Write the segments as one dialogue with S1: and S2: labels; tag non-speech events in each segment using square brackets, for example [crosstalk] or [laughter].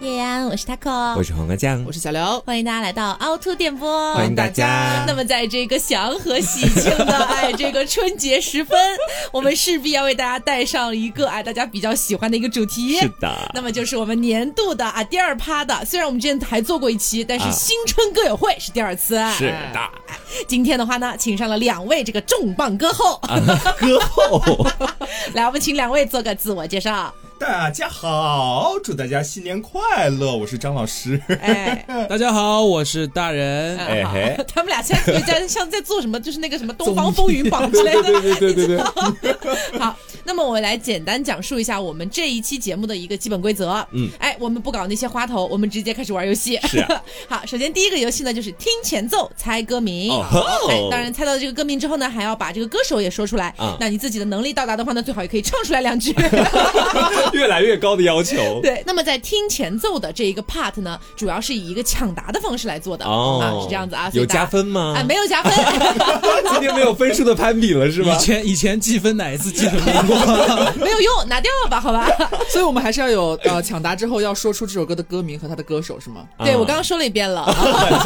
S1: 叶安，我是 taco，
S2: 我是黄瓜酱，
S3: 我是小刘，
S1: 欢迎大家来到凹凸电波，
S2: 欢迎大家。
S1: 那么，在这个祥和喜庆的
S2: [laughs]
S1: 哎这个春节时分，我们势必要为大家带上一个哎大家比较喜欢的一个主题。
S2: 是的，
S1: 那么就是我们年度的啊第二趴的，虽然我们之前还做过一期，但是
S2: 啊
S1: 新春歌友会是第二次。
S2: 是的，
S1: 今天的话呢，请上了两位这个重磅歌后，
S2: 啊歌后
S1: [laughs] 来，我们请两位做个自我介绍。
S4: [laughs] 大家好，祝大家新年快乐！我是张老
S2: [laughs]
S4: 师，
S1: 哎，
S3: 大家好，我是大人。
S1: 哎
S2: 哎
S1: 好
S2: 嘿， [laughs]
S1: 他们俩现在在像在做什么？就是那个什么《东方风云榜》之类
S2: [laughs]
S1: 的。对对对对对 [laughs] 好，那么我来简单讲述一下我们这一期节目的一个基本规则。
S2: 嗯，
S1: 哎，我们不搞那些花头，我们直接开始玩游戏。
S2: 是啊
S1: [laughs] 好，首先第一个游戏呢就是听前奏猜歌名。
S2: 哦吼
S1: 哎，当然猜到这个歌名之后呢，还要把这个歌手也说出来。
S2: 啊
S1: 那你自己的能力到达的话呢，最好也可以唱出来两
S2: [laughs]
S1: 句。 [laughs]
S2: 越来越高的要求。
S1: 对，那么在听前奏的这一个 part 呢，主要是以一个抢答的方式来做的、
S2: 哦
S1: 啊，是这样子啊，所以
S2: 有
S1: 大家
S2: 加分吗？
S1: 啊，没有加分，
S2: [laughs] 今天没有分数的攀比了是吧
S5: 以？前以前记分哪一次记得明过？
S1: [laughs] 没有用，拿掉吧，好吧。
S3: [laughs] 所以我们还是要有呃抢答之后要说出这首歌的歌名和他的歌手是吗？
S1: [laughs] 对我刚刚说了一 [laughs] 遍了，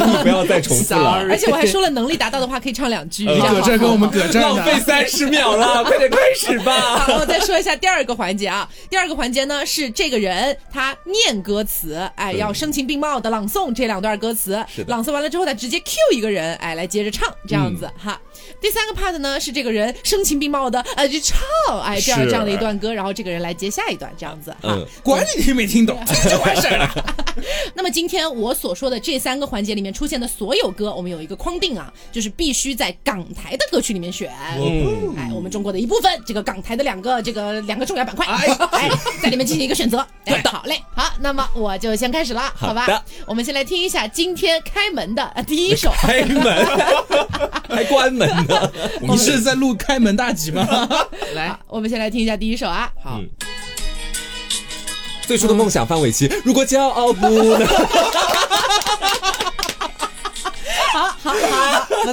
S2: 你不要再 [laughs] 重复了，
S1: 啊而且我还说了能力达到的话可以唱两 [laughs] 句，嗯这样
S5: 葛
S1: 好
S5: 这跟我们葛这
S2: 浪费
S5: 呢？
S2: 三十
S1: [laughs]
S2: 秒了，快点开始吧。
S1: 好，我再说一下第二个环节啊。第二个环节呢是这个人他念歌词，哎，要声情并茂的朗诵这两段歌词。
S2: 是的
S1: 朗诵完了之后，他直接 Q 一个人，哎，来接着唱这样子、哈。第三个 part 呢是这个人声情并茂的哎去唱，哎，这样
S2: 是
S1: 这样的一段歌，然后这个人来接下一段这样子哈。
S2: 嗯，
S5: 管你听没听懂，听就完事儿了。
S1: [laughs] 那么今天我所说的这三个环节里面出现的所有歌，我们有一个框定啊，就是必须在港台的歌曲里面选。
S2: 嗯
S1: 哎，我们中国的一部分，这个港台的两个这个两个重要板块，哎，在里面进行一个选择。哎，好嘞，好，那么我就先开始了，好吧？
S2: 好的。
S1: 我们先来听一下今天开门的呃第一首
S2: 开门 [laughs] 还关门呢，
S5: 你是在录开门大
S3: [laughs]
S5: 吉吗？
S3: 来，
S1: 啊我们先来听一下第一首啊，
S3: 好，
S2: 嗯最初的梦想，范玮琪。如果骄傲不能，
S3: 不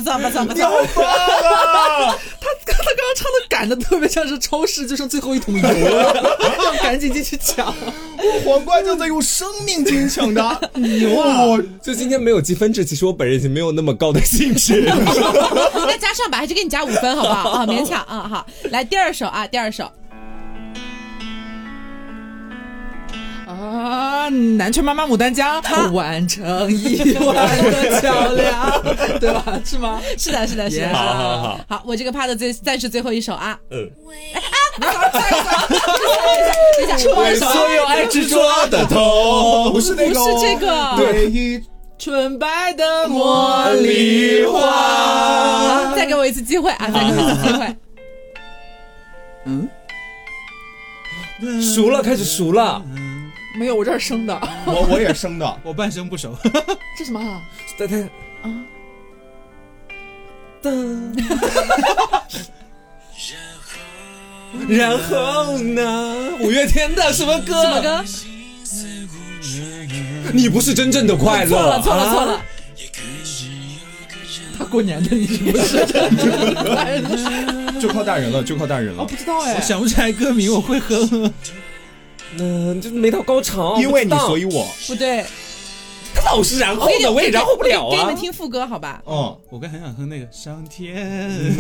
S3: 错不错不错，要疯了！他他刚刚唱的赶的特别像是超市就剩最后一桶油
S4: [laughs]
S3: 了，要赶紧进去抢。
S4: 黄瓜就在用生命进行抢答，牛啊！
S2: 就今天没有积分制，其实我本人已经没有那么高的兴致。
S1: 那加上吧，还是给你加五分，好不好？啊，勉强啊，好，来第二首啊，第二首，
S3: 啊，南拳妈妈牡丹江，完成一万个桥梁， [laughs] 对吧？是吗？
S1: 是的，是的，是的，
S3: Yeah
S2: 好好好，
S1: 好，我这个 part 的最暂时最后一首啊，
S2: 嗯，
S1: 等一下，不好意思啊
S2: 有爱执着的痛
S4: 不是那个哦，
S1: 不是这个
S4: 对，一
S3: 纯白的茉莉花。
S1: 好再给我一次机会啊，再给我一次机会。
S3: 嗯，
S2: 熟了，开始熟了，
S3: 没有，我这儿生的，
S4: 我我也生的，
S5: 我半生不熟，
S3: 这什么啊？
S2: 大家啊，噔，然后呢？五月天的什么歌？
S1: 什么歌？
S2: 你不是真正的快乐，
S1: 错了，错了，错了
S2: 啊！。
S3: 他过年的，你是不是？
S4: 就靠大人了，就靠大人了，
S3: 不知道哎
S5: 我。想不起来歌名，我会哼。
S2: 嗯，就是没到高潮，
S4: 因为你，所
S2: 以
S4: 以我，
S1: 不对，
S2: 老是然后
S1: 我给你
S2: 呢，我也然后不了
S1: 给你
S2: 啊
S1: 们。听副歌好吧？
S4: 嗯，
S5: 我刚很想哼那个上天，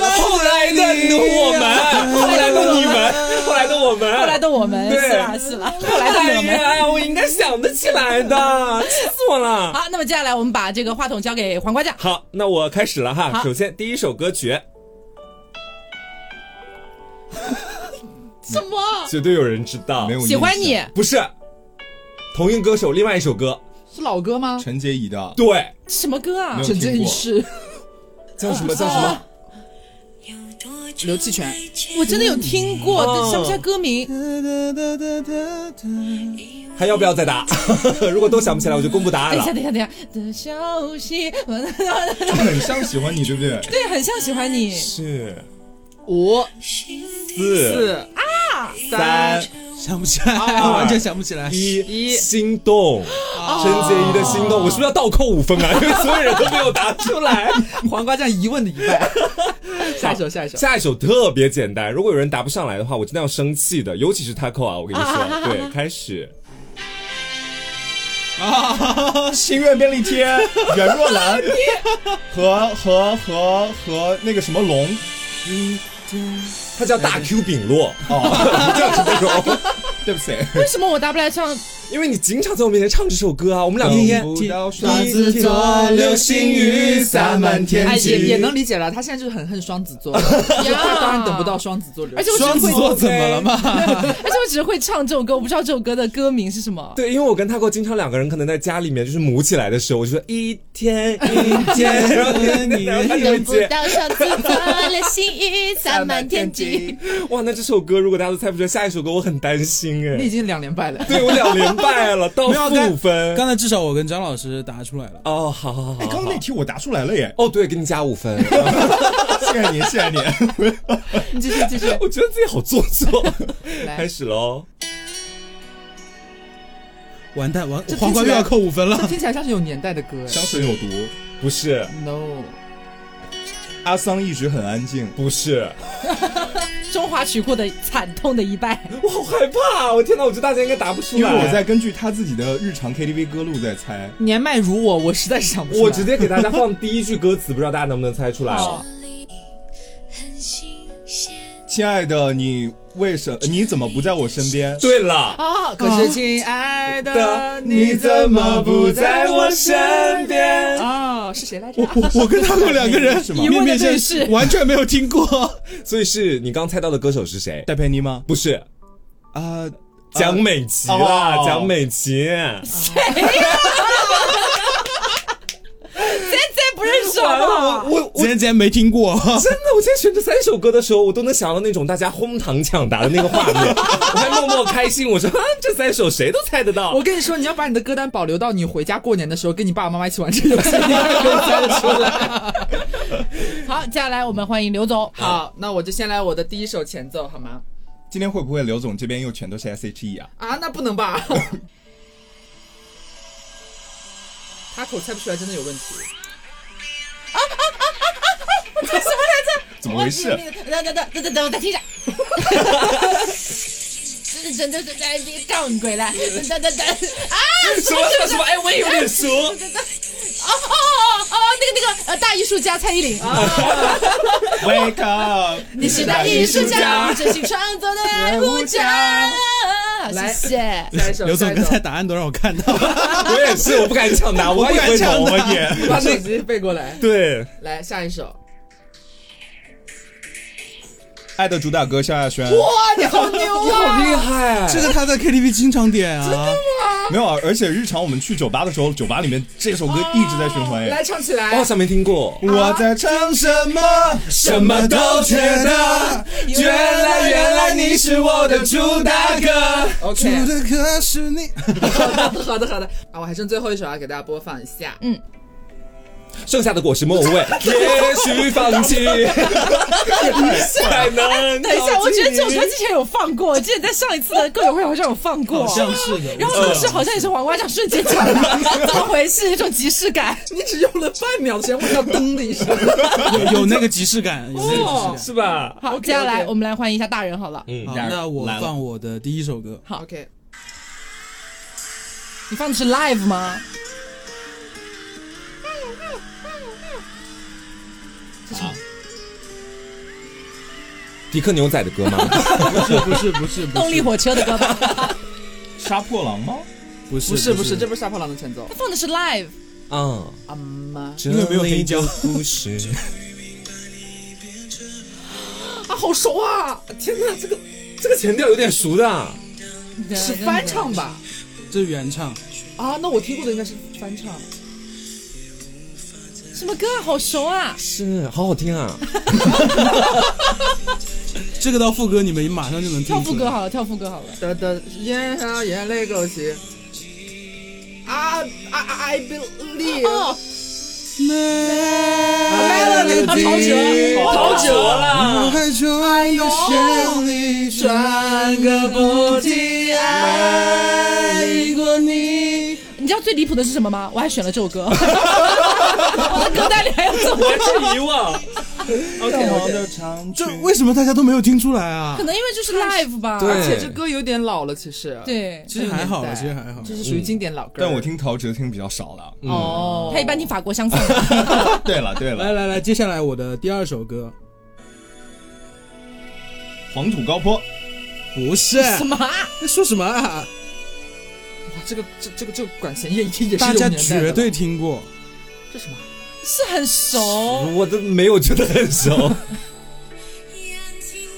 S2: 后来啊的我们，后来的你们，后来的我们，
S1: 后来的我们
S2: 对
S1: 是啦是啦，后来的我
S2: 哎
S1: 们。
S2: 呀，我应该想得起来的，气死我了。
S1: 好，那么接下来我们把这个话筒交给黄瓜酱。
S2: 好，那我开始了哈。
S1: 好
S2: 首先第一首歌曲，
S1: 什么？
S2: 绝对有人知道，
S4: 没有
S1: 喜欢
S4: 印
S1: 你
S4: 象，
S2: 不是同一歌手另外一首歌，啊
S3: 是老歌吗？
S4: 陈洁仪的，
S2: 对，
S1: 什么歌啊
S4: 没？有
S3: 陈
S4: 听
S3: 建宇
S4: 过，
S3: 是
S2: 叫什么叫什么？
S3: 刘弃权，
S1: 我真的有听过，
S2: 哦
S1: 但想不起来歌名。
S2: 还要不要再答？ [laughs] 如果都想不起来，我就公布答案
S1: 等一下，
S2: 了。
S1: 等一下，等一下，的消息，
S4: 就很像喜欢你，对不对？
S1: 对，很像喜欢你。
S2: 是
S3: 五
S2: 四
S6: [laughs]
S3: 四
S2: 三
S7: 啊
S5: 想不起来，完全想不起来。
S2: 一，
S3: 一
S2: 心动。
S1: 哦，
S2: 陈洁仪的心动，我是不是要倒扣五分啊？因为所有人都没有答出来。
S7: 黄瓜酱一问的一 [laughs] 败。下一首，下一首，
S2: 下一首特别简单，如果有人答不上来的话，我真的要生气的，尤其是 Taco 啊，我跟你说，
S4: [laughs]
S2: 对，开始。啊
S4: 心愿便利贴，袁若兰和和和和那个什么龙
S2: 它叫
S4: 哎
S2: 大 Q 饼落， [laughs]
S4: 哦，这样子那种，对不起，
S1: 为什么我答不来上？
S2: 因为你经常在我面前唱这首歌啊，我们两个
S4: 等不到双子座，
S7: 座
S4: 流星雨洒满天
S7: 哎，也
S4: 际，
S7: 也能理解了，他现在就是很恨双子 [laughs] 座，就是他当然等不到双子座流
S1: 而且
S7: 星。
S1: 我只
S5: 双子
S1: 会，
S5: 座怎么了嘛？
S1: 而且我只是会唱这首歌，我不知道这首歌的歌名是什么。
S2: 对，因为我跟 Taco 经常两个人可能在家里面就是母起来的时候，我就说一天一天，然后你他就会接。
S1: 到上次做了心雨洒
S4: 满天际。
S2: 哇，那这首歌如果大家都猜不出来，下一首歌我很担心
S7: 你已
S2: 哎。
S7: 经两连败了。
S2: 对我两连败了，倒
S5: 没有
S2: 负分。
S5: 刚才至少我跟张老师答出来了。
S2: 哦，好好好
S4: 哎，
S2: 好
S4: 刚刚
S2: 好
S4: 那。题我答出来了耶，
S2: 哦，对，给你加五分。
S4: [laughs] 谢谢你，谢谢你。
S7: 你继续继续
S2: 我觉得自己好做作。 [laughs] 开
S7: 来，
S2: 始喽，
S5: 完蛋，完
S7: 这听起来
S5: 黄瓜又要扣五分
S7: 这
S5: 了。
S7: 听起来像是有年代的歌。
S4: 香水有毒，
S2: 不是，
S7: No，
S4: 阿桑一直很安静。
S2: 不是，
S1: 中华曲库的惨痛的一败，
S2: 我好害怕！啊我天哪，我觉得大家应该答不出来。
S4: 因为我在，根据他自己的日常 KTV 歌路在猜，
S7: 年迈如我，我实在是想不出来。
S2: 我直接给大家放第一句歌词，不知道大家能不能猜出来哦。
S6: 很新鲜，
S4: 亲爱的，你为什你怎么不在我身边？
S2: [laughs] 对了，
S7: 啊，可是亲爱的，
S2: 的
S7: 你怎么不在我身
S2: 边
S7: 啊？是谁来着
S5: 我？我我跟他们两
S7: [laughs]
S5: 个人
S4: 是吗
S5: 面面
S1: 疑问的对
S5: 相
S1: 视
S5: 觑，完全没有听过。
S2: 所以是你刚猜到的歌手是谁？
S4: 戴佩妮吗？
S2: 不是
S4: 啊，
S2: [laughs] 蒋美琪啦，
S4: 哦
S2: 蒋美琪。
S1: 这这不认识好不好？
S2: 我我
S5: 之前之前没听过，
S2: 真的，我今天选这三首歌的时候，我都能想到那种大家哄堂抢答的那个画面，我还默默开心，我说啊，这三首谁都猜得到。
S7: 我跟你说，你要把你的歌单保留到你回家过年的时候，跟你爸爸妈妈一起玩这个游戏，你才可以猜得出来。
S1: 好，接下来我们欢迎刘总。
S7: 好，那我就先来我的第一首前奏，好吗？
S4: [laughs] 今天会不会刘总这边又全都是 SHE 啊？
S7: 啊，那不能吧？ [coughs] 他口猜不出来，真的有问题。
S4: 怎么回事？
S1: 等等等等等等，我再听一下。 [laughs] 真的是在地撞鬼了，等等等啊！
S2: 什么什么什么？哎，我也有点熟。
S1: 哦哦哦哦，那个那个呃，大艺术家蔡依林啊，
S4: Wake up！
S1: 你是大艺术家，真心创作的爱护者。
S7: 来
S1: 谢谢。
S7: 下一首，
S5: 刘
S7: 下
S5: 总
S7: 一
S5: 刚才
S7: 首，
S5: 答案都让我看到了。
S2: 我也是，我不敢抢答，我还以为我
S5: 我不敢抢
S2: 也
S7: [laughs] 把手机背过来。
S2: 对，
S7: 来，下一首。
S4: 爱的主打歌萧亚轩，
S7: 哇， [laughs] 你好牛
S2: 你好啊厉！害，
S5: 这个他在 KTV 经常点啊，
S4: 没有，啊，而且日常我们去酒吧的时候，酒吧里面这首歌一直在循
S5: 哎
S4: 环耶。
S7: 来唱起来
S2: 我好。像没哦听过。
S4: 我在唱什么？什么都觉得。
S2: 原来原来你是我的主打歌。
S7: OK，
S5: 的可是你。
S7: 好的好的啊，我还剩最后一首要给大家播放一下。
S2: 剩下的果实莫问，也许放弃才能。
S1: [laughs]
S2: [laughs]
S1: 等一下，我觉得这首歌之前有放过，之前在上一次的歌友会好像有放过。
S5: 像是的。
S1: 然后当时好像也是黄瓜酱瞬间抢答， [laughs] 怎么回事？一种即视感。
S7: [laughs] 你只用了半秒的时间，我要噔的一声。
S5: 有有那个即视感，有那个即视
S7: 哦
S2: 是吧？
S1: [laughs] 好，
S7: OK，OK
S1: 接下来我们来欢迎一下大人好了。
S2: 嗯
S5: 感。好，
S4: 然而
S5: 那我
S4: 来了
S5: 放我的第一首歌，
S1: 好
S7: OK，
S1: 你放的是 live 吗？
S2: 迪克牛仔的歌吗？
S5: 不是不是不是不
S1: 动力
S5: 是
S1: 火车的歌吧？
S4: 杀破狼吗？
S5: 不是
S7: 不是不是，这
S5: 这
S7: 不是杀破狼的前奏
S1: 他。放的是 live。
S2: 嗯，
S7: 啊妈
S2: 这
S5: 你有没有黑胶
S2: 里的故事？
S7: 啊，好熟啊！
S2: 天哪，这个这个前调有点熟的啊。
S7: 是翻唱吧？
S5: 这是原唱，
S7: 啊，那我听过的应该是翻唱。
S1: 什么歌啊？好熟啊！
S2: 是，好好听啊！
S5: 这个到副歌你们马上就能听出
S1: 跳
S5: 来。
S1: 副歌好了，跳副歌好了。
S7: 的的眼上眼泪勾起。啊啊啊！I believe。
S1: 哦，
S5: Melody，
S1: 啊陶喆，
S2: 陶
S4: 啊
S2: 喆
S5: 我
S2: 啦，
S5: 还说爱有旋律，转个不停，爱过你。
S1: 你知道道最离谱的是什么吗？我还选了这首歌， [laughs] 我的歌单里还有这首歌，
S2: 是遗
S5: 啊
S2: 忘。
S4: 淡黄的长
S5: 这
S4: 裙
S5: 为什么大家都没有听出来啊
S1: 可？能因为就是 live 吧，
S2: 对
S7: 而且这歌有点老了，其实，
S1: 对，
S5: 其实还好啊
S7: 这个年代
S5: 其实还好
S7: 这是属于经典老歌。
S4: 但我听陶喆听比较少了。
S5: 嗯
S7: 哦，
S1: 他一般听法国相送，
S4: [laughs] 对了对
S5: 来
S4: 了，
S5: 来来，接下来我的第二首歌
S4: 黄土高坡，
S5: 不是
S1: 什么啊？
S5: 那说什么啊？
S7: 哇这个这这个这个管弦乐也也是
S5: 大
S7: 有
S5: 家
S7: 年代的
S5: 绝对听过，
S7: 这什么？
S1: 是很熟，
S2: 我都没有觉得很熟，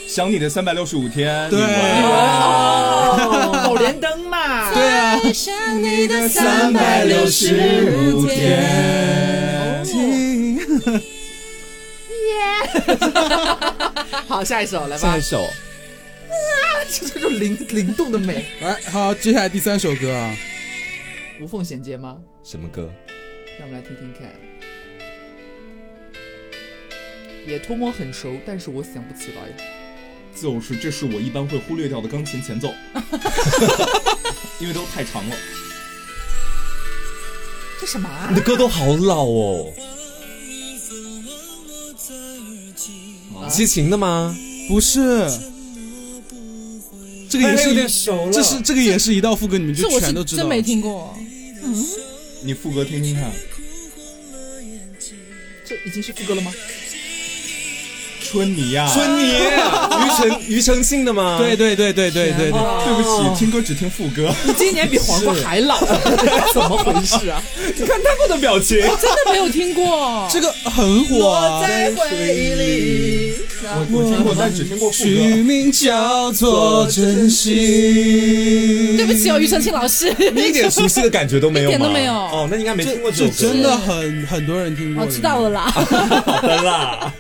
S4: 想你的三百六十五天，
S5: 对
S4: 李玟
S7: 哦，某莲灯嘛，
S5: [laughs] 对啊，
S1: 爱上你的
S5: 365
S1: 天
S7: 好，下一首来吧
S2: 下一，首
S7: 这这种灵灵动的美，
S5: 来哎好，接下来第三首歌啊，
S7: 无缝衔接吗？
S2: 什么歌？
S7: 让我们来听听看。也偷摸很熟，但是我想不起来。
S4: 就是这是我一般会忽略掉的钢琴前奏， [laughs] 因为都太长了。
S7: 这什么啊？
S2: 你的歌都好老哦。激情的吗？
S5: 不是，这个也
S2: 哎有
S5: 是
S2: 点
S5: 一，
S2: 熟了。
S5: 这是这个也是一道副歌，你们
S1: 这
S5: 就
S1: 我
S5: 全都
S1: 是
S5: 知道
S1: 真
S5: 了。
S1: 没听过，
S4: 你副歌听听看，
S7: 这已经是副歌了
S5: [laughs]
S7: 吗？
S4: 春泥呀、
S2: 春泥，庾澄庾澄庆的吗？
S5: 对，对对对对对对，
S4: 对不起，听歌只听副 [laughs] 歌。
S7: 你今年比黄瓜还老，怎么回事啊？
S2: 你看他们的表情，
S1: 真的没有听过。
S5: 这个很火啊。
S4: 我我听过，但只听过副歌。
S5: 取名叫做珍
S1: [laughs]
S5: 惜。
S1: 对不起哦，庾澄庆老师，
S2: 你一点熟悉的感觉都没有吗？
S1: 一点都没有
S2: 哦，那你应该没听过
S5: 这
S2: 首歌。
S5: 真的很很多人听
S1: [laughs]
S5: 过。
S1: 我知道了。啦。
S2: 好的啦。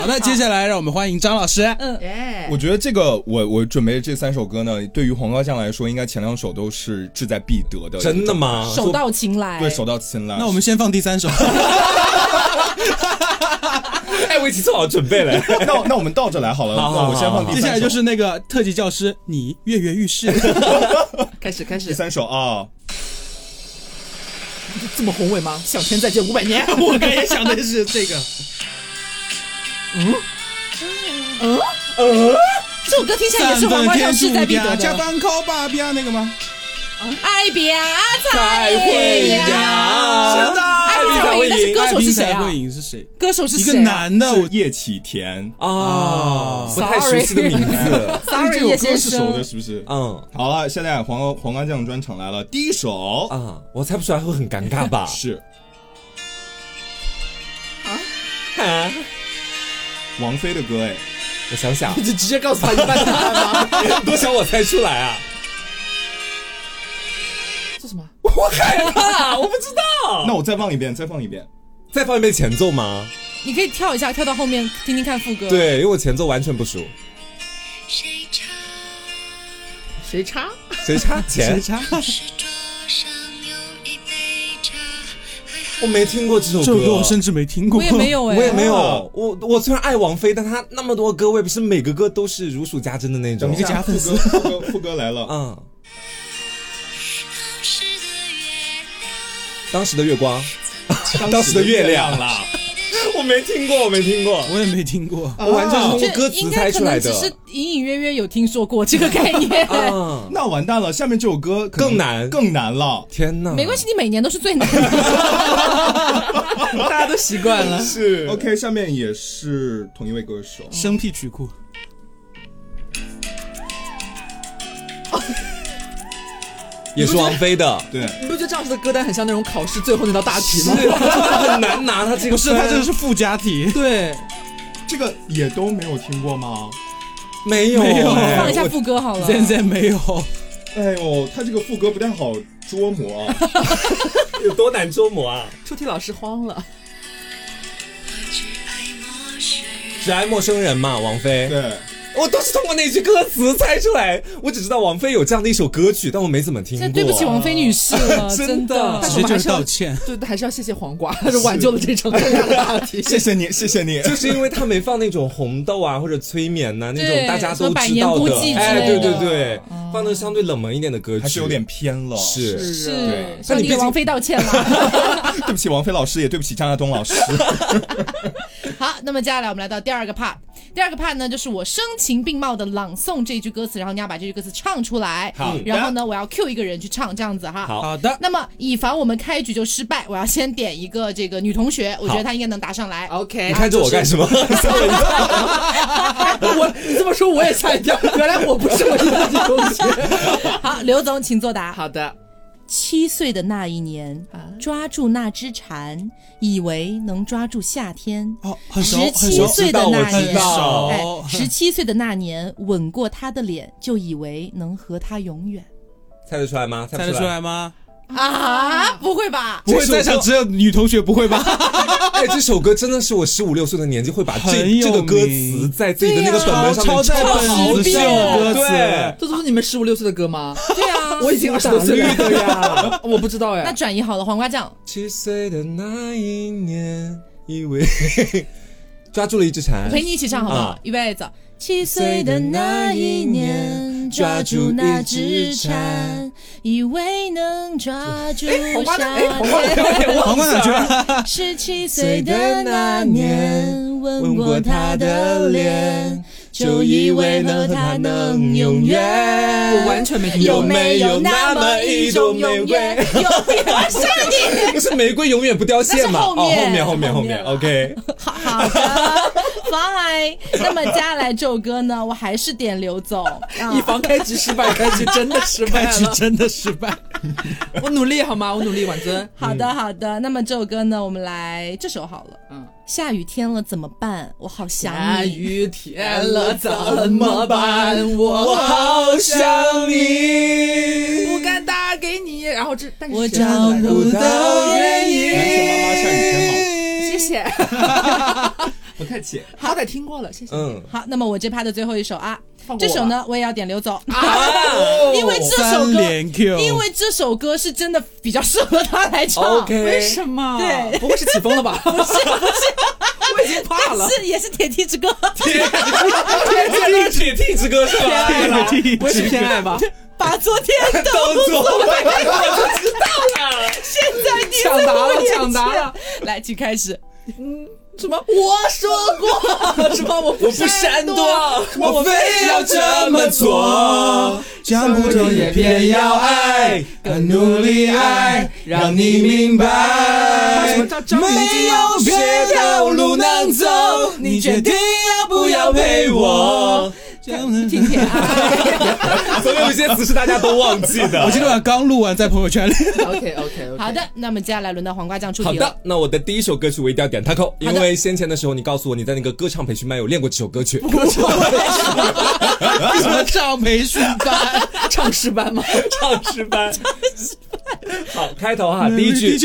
S5: 好的，接下来让我们欢迎张老师。
S7: 嗯
S1: [laughs]
S4: 我觉得这个，我我准备的这三首歌呢，对于黄瓜酱来说，应该前两首都是志在必得的。
S2: 真的？吗？
S1: 手到擒来，
S4: 对，手到擒来。
S5: 那我们先放
S7: [laughs]
S5: 第三首，
S2: 哎，我已经做好准备了。
S4: 那我那我们倒着来好了。
S2: 好好
S4: 那我先放第
S5: 接
S4: 三首。
S5: 下来就是那个特级教师，你跃跃欲试。
S7: 开始开
S4: 第
S7: 始，
S4: 三首啊，
S7: [laughs] 这么宏伟吗？向天再借五百
S5: [laughs]
S7: 年。
S5: 我刚才想的是这 [laughs] 个，
S1: 这首歌听起来也是黄瓜酱势在必
S4: 啊
S1: 得
S5: 加
S1: 的。
S5: 班靠爸比亚那个吗？
S1: 爱别才会呀，
S2: 真的，
S1: 爱别才会赢。但是歌手是谁
S5: 爱
S1: 啊
S5: 宾才？会赢是谁？
S1: 歌手是
S5: 一
S1: 谁啊？
S5: 个男的，我
S4: 是叶启田。
S2: 哦，不太熟悉的名字。
S1: ，Sorry
S4: 这
S1: 叶
S4: 首歌
S1: 先
S4: 是啊熟
S1: 生
S4: 的，，是不是？
S2: [laughs] 嗯
S4: 好了，现在黄瓜黄瓜酱专场来了，第一首
S2: 啊，我猜不出来会很尴尬
S4: [laughs]
S2: 吧？
S4: 是
S2: 啊
S4: 王菲的歌，哎，
S2: 我想想，
S7: 你就直接告诉他一半答案吗？
S2: 多想我猜出来啊！
S7: [laughs] 这什么？
S2: 我害怕，我不知道。
S4: [laughs] 那我再放一遍，再放一遍。
S2: 再放一遍前奏吗？
S1: 你可以跳一下，跳到后面听听看副歌。，
S2: 对，因为我前奏完全不熟。
S6: 谁唱？
S7: 谁插？
S2: 谁差
S5: 谁
S2: 钱？
S5: 唱？
S6: 是桌上有一杯茶，还好
S2: 我没听过这首歌，
S5: 这首歌我甚至没听过，
S1: 我也
S5: [laughs]
S1: 没有哎，
S2: [laughs] 我也没有
S4: 啊。
S2: 我我虽然爱王菲，但她那么多歌，我也不是每个歌都是如数家珍的那种
S5: 一。个假粉丝
S4: 副歌，副歌副歌来了，
S2: 嗯，
S6: 当时的月亮
S2: 当时的月光，
S4: 当时的月
S2: 亮啦，我没听过，我没听过，
S5: 我也没听过。
S2: 我完全是通
S1: 这
S2: 过歌词
S1: 应
S2: 猜
S1: 该可
S2: 出来
S1: 能只
S2: 的。
S1: 是隐隐约约有听说过这个概念。
S2: 啊，
S4: 那完蛋了，下面这首歌可能
S2: 更难
S4: 更难了。
S2: 天哪！
S1: 没关系，你每年都是最难的。
S7: 大家都习惯了。
S4: 是 OK，下面也是同一位歌手，
S5: 生僻曲库，
S2: 也是王菲的，
S4: 对，
S7: 你不觉得张老师的歌单很像那种考试最后那道大题
S5: [laughs]
S7: 吗？
S2: 是很难拿他这个
S5: 不是
S2: 分，
S5: 他这个是附加
S7: [laughs]
S5: 题。
S7: 对，
S4: 这个也都没有听过吗？
S2: 没有
S5: 没有
S2: 哎
S1: 放一下
S2: 我
S1: 副歌好了。
S5: 现在没有，
S4: 哎呦，他这个副歌不太好捉摸啊。
S2: 有多难捉摸啊！
S7: 出题老师慌了。
S6: 只爱陌生人。
S2: 只爱陌生人嘛，王菲。
S4: 对，
S2: 我都是通过那句歌词猜出来，我只知道王菲有这样的一首歌曲，但我没怎么听过。啊
S1: 这对不起王菲女士了，
S2: [laughs]
S1: 真
S2: 真的
S1: 的。
S5: 直接就是道歉。
S7: 对，还是要谢谢黄瓜，他是挽救了这
S5: [laughs]
S7: 场尴尬的大题。
S4: 谢谢你，谢谢你。
S2: 就是因为他没放那种红豆啊或者催眠呐、那
S1: 对
S2: 种大家
S1: 什
S2: 都
S1: 么百
S2: 知
S1: 年
S2: 道
S1: 孤
S2: 的
S1: 寂之，
S2: 哎，
S1: 类
S2: 对
S1: 的
S2: 对对，放的相对冷门一点的歌曲，
S4: 还是有点偏了。
S2: 是
S1: 是
S4: 对
S1: 向
S2: 那
S1: 你给
S2: 你毕竟
S1: 王菲道歉了。
S2: [laughs]
S1: [laughs]
S4: 对不起，王菲老师，也对不起张亚东老师。
S1: 好，那么接下来我们来到第二个 part。第二个 part 呢，就是我声情并茂的朗诵这句歌词，然后你要把这句歌词唱出来。
S2: 好
S1: 然后呢，我要 Q 一个人去唱，这样子哈。
S2: 好
S3: 好的，
S1: 那么以防我们开局就失败，我要先点一个这个女同学，我觉得她应该能答上来。
S7: OK，啊
S2: 你看着我干什么？吓我一跳！
S7: [laughs]
S3: 我你这么说我也吓一跳，原来我不是我是自己东西。
S1: 好，刘总请作答。
S7: [laughs] 好的，
S1: 七岁的那一年，抓住那只蝉，以为能抓住夏天。
S3: 哦，很熟
S1: 十
S3: 很
S1: 七
S3: 熟，
S1: 岁的那
S2: 我知
S1: 年，
S2: 道
S1: 哎
S3: 我，知
S1: 十七岁的那年，吻过她的脸，就以为能和她永远。
S2: 猜得出来吗？猜
S3: 猜
S2: 不
S3: 得出来吗？
S1: 啊，不会吧？
S3: 不会在场只有女同学不会吧？
S2: [laughs] 哎，这首歌真的是我十五六岁的年纪会把
S3: 很
S2: 这
S3: 有
S2: 这个歌词
S3: 名
S2: 在自己的那个本
S3: 超
S2: 本上
S3: 超
S2: 面
S3: 在
S2: 抄
S3: 本
S2: 好
S3: 子
S2: 久
S3: 上有歌
S2: 对
S3: 词，
S7: 这都是你们十五六岁的歌吗？
S1: 对啊，
S7: [laughs] 我已经二十多岁
S3: 打绿的
S7: 了， [laughs] 我不知道
S1: 那
S7: 哎。
S1: 转移好了，黄瓜酱。
S2: 七岁的那一年，以为 [laughs] 抓住了一只
S1: 我
S2: 蝉，
S1: 陪你一起唱好不好
S2: 啊？
S1: 预备走。七岁的那一年，抓住那只蝉，以为能抓住夏天。
S3: 皇冠哪去了？
S1: 十七岁的那年，吻过她的脸，就以为呢她能永
S2: 哦
S7: 我
S1: 远。
S7: 完全没听
S1: 有
S7: 懂，
S1: 没有那么一种永远？有我是你。
S2: 那是玫瑰永远不凋谢
S1: 那是
S2: 嘛？
S1: 后面
S2: 哦，后面后
S1: 后
S2: 面后
S1: 面
S2: 面，OK，
S1: [laughs] 好好的，fine。那么接下来这首歌呢，我还是点刘总。啊
S7: 以防开局失败，开局真的失败
S3: 开局
S7: 了。
S3: 真的失败。
S7: 我努力好吗？我努力，婉尊。
S1: 好的，好的。那么这首歌呢，我们来这首好了。
S7: 嗯，
S1: 下雨天了怎么办？我好想
S7: 下
S1: 你。
S7: 雨天了怎么办？我好想你，不敢打给你。然后这，但是
S1: 我
S7: 谁啊唱的来着
S1: 找不到
S7: 原
S4: 因妈妈下雨
S7: 谢 [laughs] 谢，
S4: 不太解。
S7: 好歹听过了，谢谢。
S2: 嗯，
S1: 好，那么我这趴的最后一首啊
S7: 放，过
S1: 这
S7: 我
S1: 首
S7: 吧
S1: 呢我也要点刘总，
S2: 啊
S1: 因为这首
S3: 三
S1: 歌，
S3: 连 Q，
S1: 因为这首歌是真的比较适合他来唱。
S2: OK
S7: 为什么？
S1: 对
S7: 不会是起风了 [laughs] 吧？不是，我已经怕了。
S1: 是也是铁梯之歌，
S2: 天铁梯之歌是 [laughs] 吧？
S7: 不会是偏爱 [laughs] 吧？
S1: 把昨天都
S2: [laughs] 都做了
S1: 现在你
S7: [laughs] 抢答
S1: 在
S7: 了
S1: 我眼
S7: 抢答
S1: 前
S7: 了。
S1: 来，请开始。
S7: 什么？我说过什么？我不
S2: 我不闪躲，我非
S7: 要
S2: 要
S7: 这
S2: 这
S7: 么
S2: 么
S7: 做
S2: 做。
S5: 想不通也偏要爱，更努力爱，让你明白
S7: 什么。叫张明
S5: 没有别条路能走，你决定要不要陪我？
S1: 听听啊，
S2: 总有一些词是大家都忘记的。
S3: 我今天晚上刚录完，在朋友圈里。
S7: ？OK OK OK。
S1: [laughs]
S7: [laughs]
S1: 好的，那么接下来轮到黄瓜酱出
S2: 好
S1: 题了
S2: 的。，那我的第一首歌曲我一定要点 Taco，因为先前的时候你告诉我你在那个歌唱培训班有练过这首歌曲，
S3: 什么唱培训班？
S7: 唱诗班吗？
S2: 唱诗班。好，开头哈，第一句，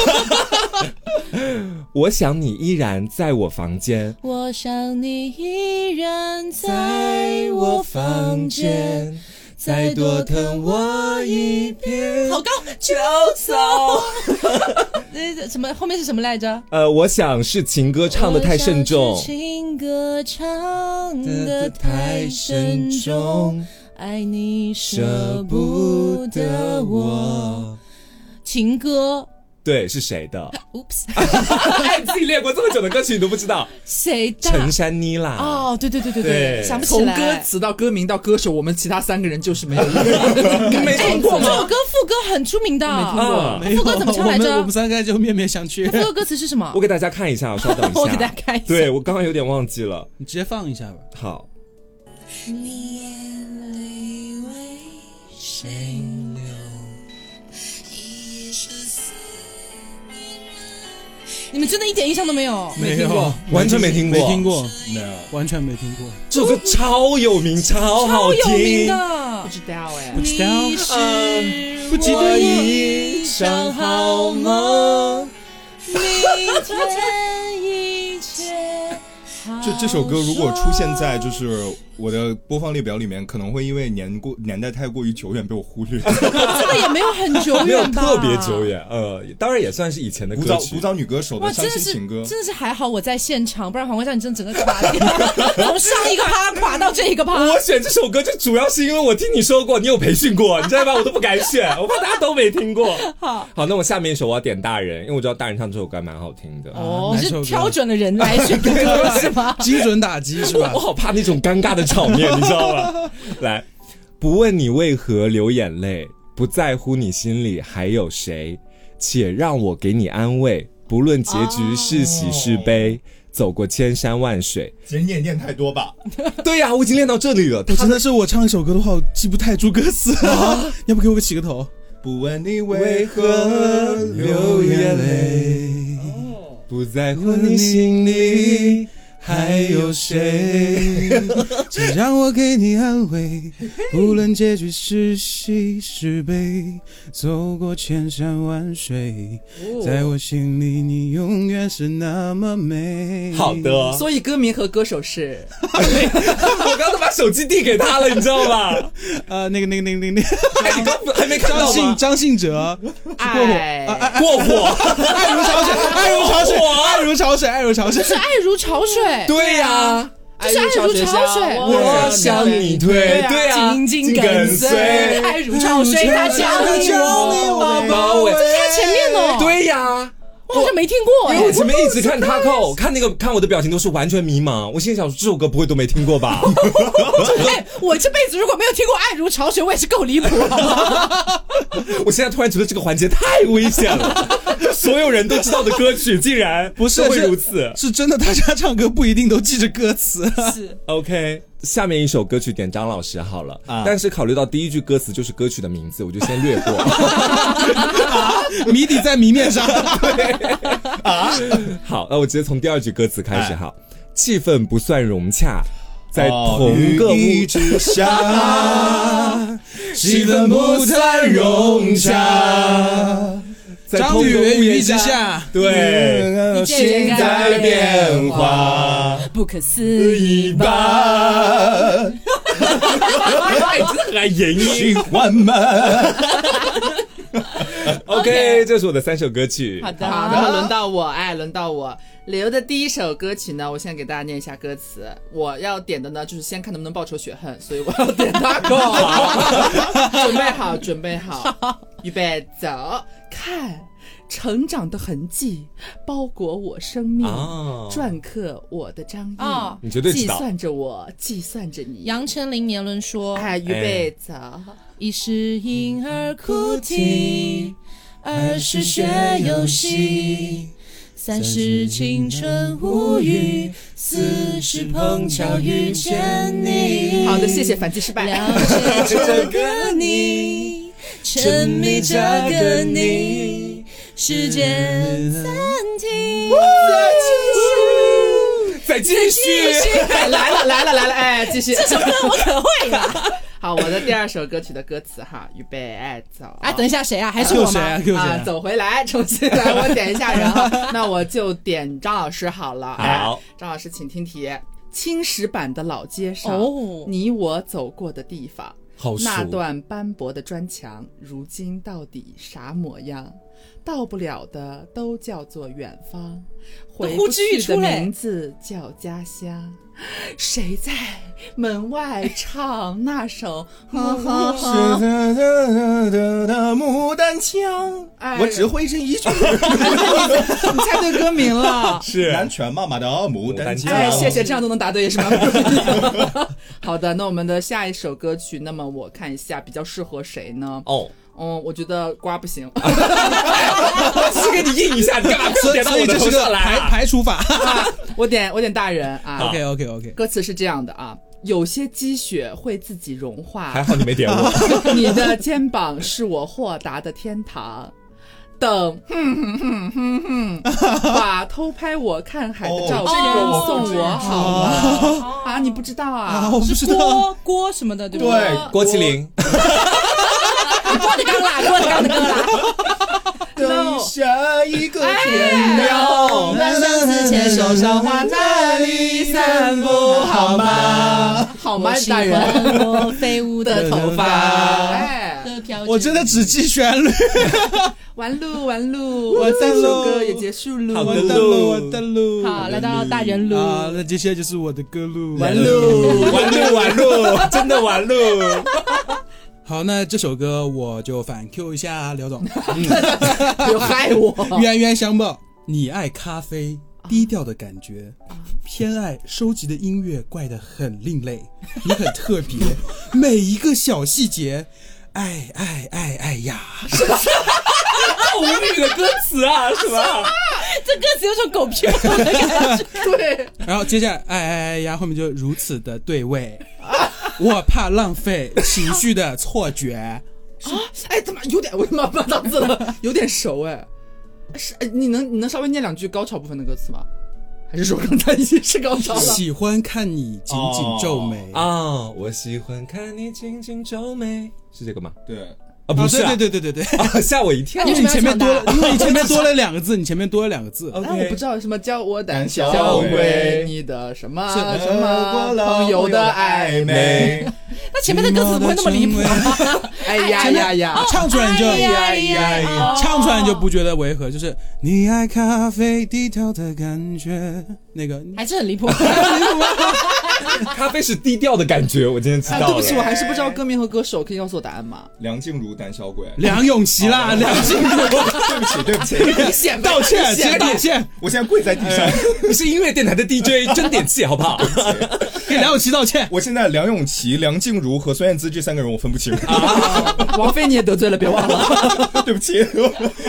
S2: [laughs]
S1: [laughs]
S2: 我想你依然在我房间，
S1: 我想你依然在我房间，，再多疼我一遍。好高，就走。那哎什么后面是什么来着？
S2: 呃，我想是情歌唱的太慎重
S1: 我想是，情歌唱
S2: 得
S1: 的太慎重，，爱你舍不得我。。情歌
S2: 对，是谁的？
S1: ，oops，
S2: [laughs] 哎，自己练过这么久的歌曲你都不知道？
S1: 谁的？
S2: 陈珊妮啦。
S1: 啊哦，对对对对
S2: 对
S1: 想不起
S7: 从
S1: 来。
S7: 歌词到歌名到歌手，我们其他三个人就是 [laughs] 没有。
S2: 你没听过
S1: 哎这首
S2: 吗？
S1: 歌副歌很出名的，
S2: 啊，
S3: 没有
S1: 副歌怎么唱来着
S3: 我们我们三个就面面相觑。
S1: 副歌歌词是什么
S2: 我？给大家看一下，稍等一下。
S1: 我给大家看一下
S2: 对我刚刚有点忘记了。
S3: 你直接放一下吧。
S2: 好，
S6: 你眼泪为谁流？一夜是思念人。
S1: 你们真的一点印象都没有？
S3: 没
S7: 听过，
S2: 完全没听过
S3: 没听过，
S4: 没有。
S3: 完全没听过。
S2: 这首歌超有名，超
S1: 超
S2: 好
S1: 有名
S2: 听。
S7: 不
S1: 的。
S7: 知道哎
S3: 不，知道
S1: 你是呃
S2: 不记
S1: 我
S2: 得一场好梦。
S1: 明天一切好
S4: 就这首歌如果出现在就是我的播放列表里面，可能会因为年过年代太过于久远被我忽略。
S1: 这个也没有很久
S2: 没有
S1: 远吧？
S2: 特别久。远，呃，当然也算是以前的
S4: 古
S2: 歌
S4: 早
S2: 曲
S4: 古。早女歌手的
S1: 哇，
S4: 伤
S1: 真的是
S4: 心情歌，
S1: 真的是还好我在现场，不然黄瓜酱你真的整个垮
S2: [laughs]
S1: 掉，从上一个趴垮到这一个趴。
S2: 我选这首歌就主要是因为我听你说过，你有培训过，你知道吧？我都不敢选，我怕大家都没听过。
S1: 好，
S2: 好，那我下面一首我要点《大人》，因为我知道《大人》唱这首歌还蛮好听的。
S1: 哦你
S3: 哪首
S1: 是
S3: 歌
S1: 挑准了人来选的歌是
S2: [laughs]
S1: 吗？
S3: 精准打击是
S2: 我
S3: 吧
S2: 我？好怕那种尴尬的场面，你知道 [laughs] 吗？来，不问你为何流眼泪，不在乎你心里还有谁，且让我给你安慰，不论结局是喜是悲。走过千山万水，嗯
S4: 姐你也念太多吧？
S2: 对呀、我已经练到这里了。
S3: 我真的是我唱一首歌的话，我记不太住歌词
S5: [laughs]
S3: 啊！你要不给我个起个头？
S4: 不问你为何流眼泪，
S2: 不在乎你心里
S5: 还有谁？请让我给你安慰，无论结局是喜是悲，走过千山万水，在我心里你永远是那么美。
S2: 好的，，我
S7: 所以歌名和歌手是
S2: 刚才把手机递给他了，你知道 [laughs] 吧？
S5: 呃，那个那个那个那个，那个
S2: 哎，你刚还没看
S5: 张
S2: 到
S5: 信
S2: 吗？
S5: 张信哲，
S1: 哎啊
S7: 爱，
S2: 过火，
S5: 爱如潮水，爱如潮水，爱如潮水，爱如潮水。
S1: 是爱如潮水，
S2: 啊对呀、
S1: 哎就是爱如潮水。
S2: 我向你推，对呀，
S1: 紧紧跟随，爱如潮水，它将你我
S2: 包围，
S1: 这是他前面哦，，
S2: 对呀。
S1: 我好像没听过哎
S2: 因为我前面一直看 Taco，看那个看我的表情都是完全迷茫，我心里想说这首歌不会都没听过吧？ [laughs]
S1: 哎，我这辈子如果没有听过爱如潮水，我也是够离谱啊了。
S2: [laughs] 我现在突然觉得这个环节太危险了， [laughs] 所有人都知道的歌曲竟然
S5: 不是
S2: 都会如此。
S5: 是真的，大家唱歌不一定都记着歌词。 [laughs]
S2: OK，下面一首歌曲点张老师好了，
S4: 啊
S2: 但是考虑到第一句歌词就是歌曲的名字，我就先略过。
S5: 谜底在谜面上。
S2: 好，那我直接从第二句歌词开始哈，气氛不算融洽，在
S4: 哦
S2: 同个
S4: 雨
S2: 屋
S4: 一直下，
S5: 气氛不算融洽，
S2: 在
S5: 张
S2: 同
S5: 宇
S2: 个屋
S5: 雨
S2: 檐
S5: 一之下，
S2: 对，
S1: 一见人
S4: 在
S1: 干
S4: 变化，
S1: 不可思议吧？
S4: 吧，
S2: 哎，真的很爱演绎。
S4: 循环们。
S2: OK，这是我的三首歌曲。
S7: 好的，好的，轮到我，哎，轮到我留的第一首歌曲呢，我先给大家念一下歌词。我要点的呢，就是先看能不能报仇雪恨，所以我要点大狗。
S1: [laughs]
S7: 准备好，准备好，预备走，看成长的痕迹包裹我生命。
S2: 啊，
S7: 篆刻我的张印，
S1: 哦
S2: 你绝对
S7: 计
S2: 知道
S7: 算着我，计算着你。
S1: 杨丞琳年轮说，
S7: 哎，预备走，
S1: 一是婴儿哭啼，二是学游戏，三是青春无语，四是碰巧遇见你。
S7: 好的，谢谢，反击失败。
S1: 了解这个你，沉迷这个你，时间暂停，
S2: 再继续。
S7: 哎 [laughs] 来了来了来了，哎，继续。这首歌
S1: 我可会了。
S7: [laughs] 好，我的第二首歌曲的歌词哈，预备，哎，走，
S1: 哎，等一下，谁啊？
S7: [laughs]
S1: 还是
S5: 救
S1: 我
S5: 谁
S1: 吗？
S5: 啊？救谁
S7: 啊，
S5: 啊？
S7: 走回来，重新来，我点一下人
S5: [laughs]
S7: 啊，那我就点张老师好了。哎
S2: 好，
S7: 张老师，请听题：青石板的老街上，
S1: 哦
S7: 你我走过的地方，
S2: 好熟
S7: 那段斑驳的砖墙，如今到底啥模样？到不了的都叫做远方，回
S1: 呼
S7: 不
S1: 之欲
S7: 去的
S1: 出嘞
S7: 名字叫家乡。谁在门外唱那首？哼哼
S5: [laughs]
S4: 是的的的的牡丹江
S7: 哎，
S4: 我只会这一句。
S7: 你猜对歌名了。
S2: 是
S4: 南拳妈妈的牡丹江，
S7: 哎，谢谢，这样都能答对也是蛮不容易的。 [laughs] 好的，那我们的下一首歌曲，那么我看一下比较适合谁呢？
S2: 哦，
S7: 嗯，我觉得瓜不行， [laughs]
S2: 我只是给你印一下，你干嘛
S5: 所
S2: 点
S5: 以
S2: 到
S5: 所
S2: 我
S5: 以
S2: 的
S5: 这
S2: 头
S5: 是
S2: 上
S5: 个
S2: 来
S5: 排
S2: 啊？
S5: 排除法。
S7: 我点我点大人啊。
S5: OK OK OK，
S7: 歌词是这样的啊，有些积雪会自己融化
S2: 还，好你没点我。
S7: [laughs] 你的肩膀是我豁达的天堂。等， [laughs] 哼哼哼哼哼，把偷拍我看海的照片
S1: 哦
S7: 送我好吗？啊，你不知道啊
S5: 啊，？我不知道。
S1: 锅锅什么的，对不对？
S4: 对，
S2: 郭麒麟，
S1: 郭德纲啦，郭德纲的歌啦。
S4: 等下一个
S1: 哎
S4: 天亮，
S1: 半生死前手上花那里散步好吗？
S7: 好吗，大人
S1: 我飞舞的
S7: 的
S1: 头
S7: 头发，
S1: 发。
S7: 哎，
S1: 的飘
S5: 我真的只记旋律。
S7: 完喽完喽，我这首歌也结束喽，
S5: 我的路，我的路。
S1: 好，来到大人路，
S5: 啊，那接下来就是我的歌路。
S7: 完喽，
S2: 完路完路，真的完路。
S5: 好，那这首歌我就反 Q 一下
S1: [laughs]
S5: 刘总，
S7: 别害我，
S5: 冤冤相报。你爱咖啡
S1: 啊
S5: 低调的感觉，偏爱收集的音乐怪得很另类，你很
S1: [laughs]
S5: 特别，每一个小细节，哎爱爱爱爱呀！
S2: 无语的歌词啊，是吧？
S1: 这歌词有种狗屁味的感觉。
S7: [laughs] 对，
S5: 然后接下来爱爱爱呀，后面就如此的对位。
S1: [laughs]
S5: 我怕浪费情绪的错觉，
S7: 哎，他妈有点，我他妈把到字 [laughs] 了，有点熟哎，是，哎你能你能稍微念两句高潮部分的歌词吗？还是说刚才已经是高潮了？
S5: 喜欢看你紧紧皱眉
S2: 啊、我喜欢看你紧紧皱眉，是这个吗？
S4: 对，
S2: 啊，不是、对
S5: 对对对对对对，
S2: 啊，吓我一跳
S1: 那。
S5: 因为你前面多
S1: 为什么要唱
S5: 了，因 [laughs] 为你前面多了两个字，你前面多了两个字，
S7: 哎，我不知道什么叫我胆哎小
S4: 胆小鬼
S7: 鬼，你的什么
S5: 是
S7: 什么朋友的暧昧，
S4: 昧，
S1: [laughs] 那前面的歌词怎么会那么离谱
S5: [laughs]
S1: 啊？
S7: [laughs] 哎呀呀呀，
S5: 哦唱出来你就
S1: 哎呀呀哦呀！
S5: 唱出来你就不觉得违和，就是你爱咖啡低调的感觉，那
S1: [laughs]
S5: 个
S1: 还是很离谱。
S2: 咖啡是低调的感觉，我今天知道
S7: 啊
S2: 了。
S7: 对不起，我还是不知道歌名和歌手，可以告诉我答案吗？
S4: 梁静茹胆小鬼，
S5: 梁咏琪
S1: 哦
S5: 啦，梁静
S4: 对不 [laughs] 起对不起，
S7: 明显
S5: 道
S1: [laughs]
S5: 歉，
S7: 显
S5: 先道歉，哎
S4: 我现在跪在地上，
S7: 哎
S2: 你是音乐电台的 DJ，争点气好不好？
S5: 给梁咏琪
S1: [laughs]
S5: 道歉。
S4: 我现在梁咏琪、梁静茹和孙燕姿这三个人我分不清，
S7: 啊 [laughs] 王菲你也得罪了，别忘了。
S4: 对不起，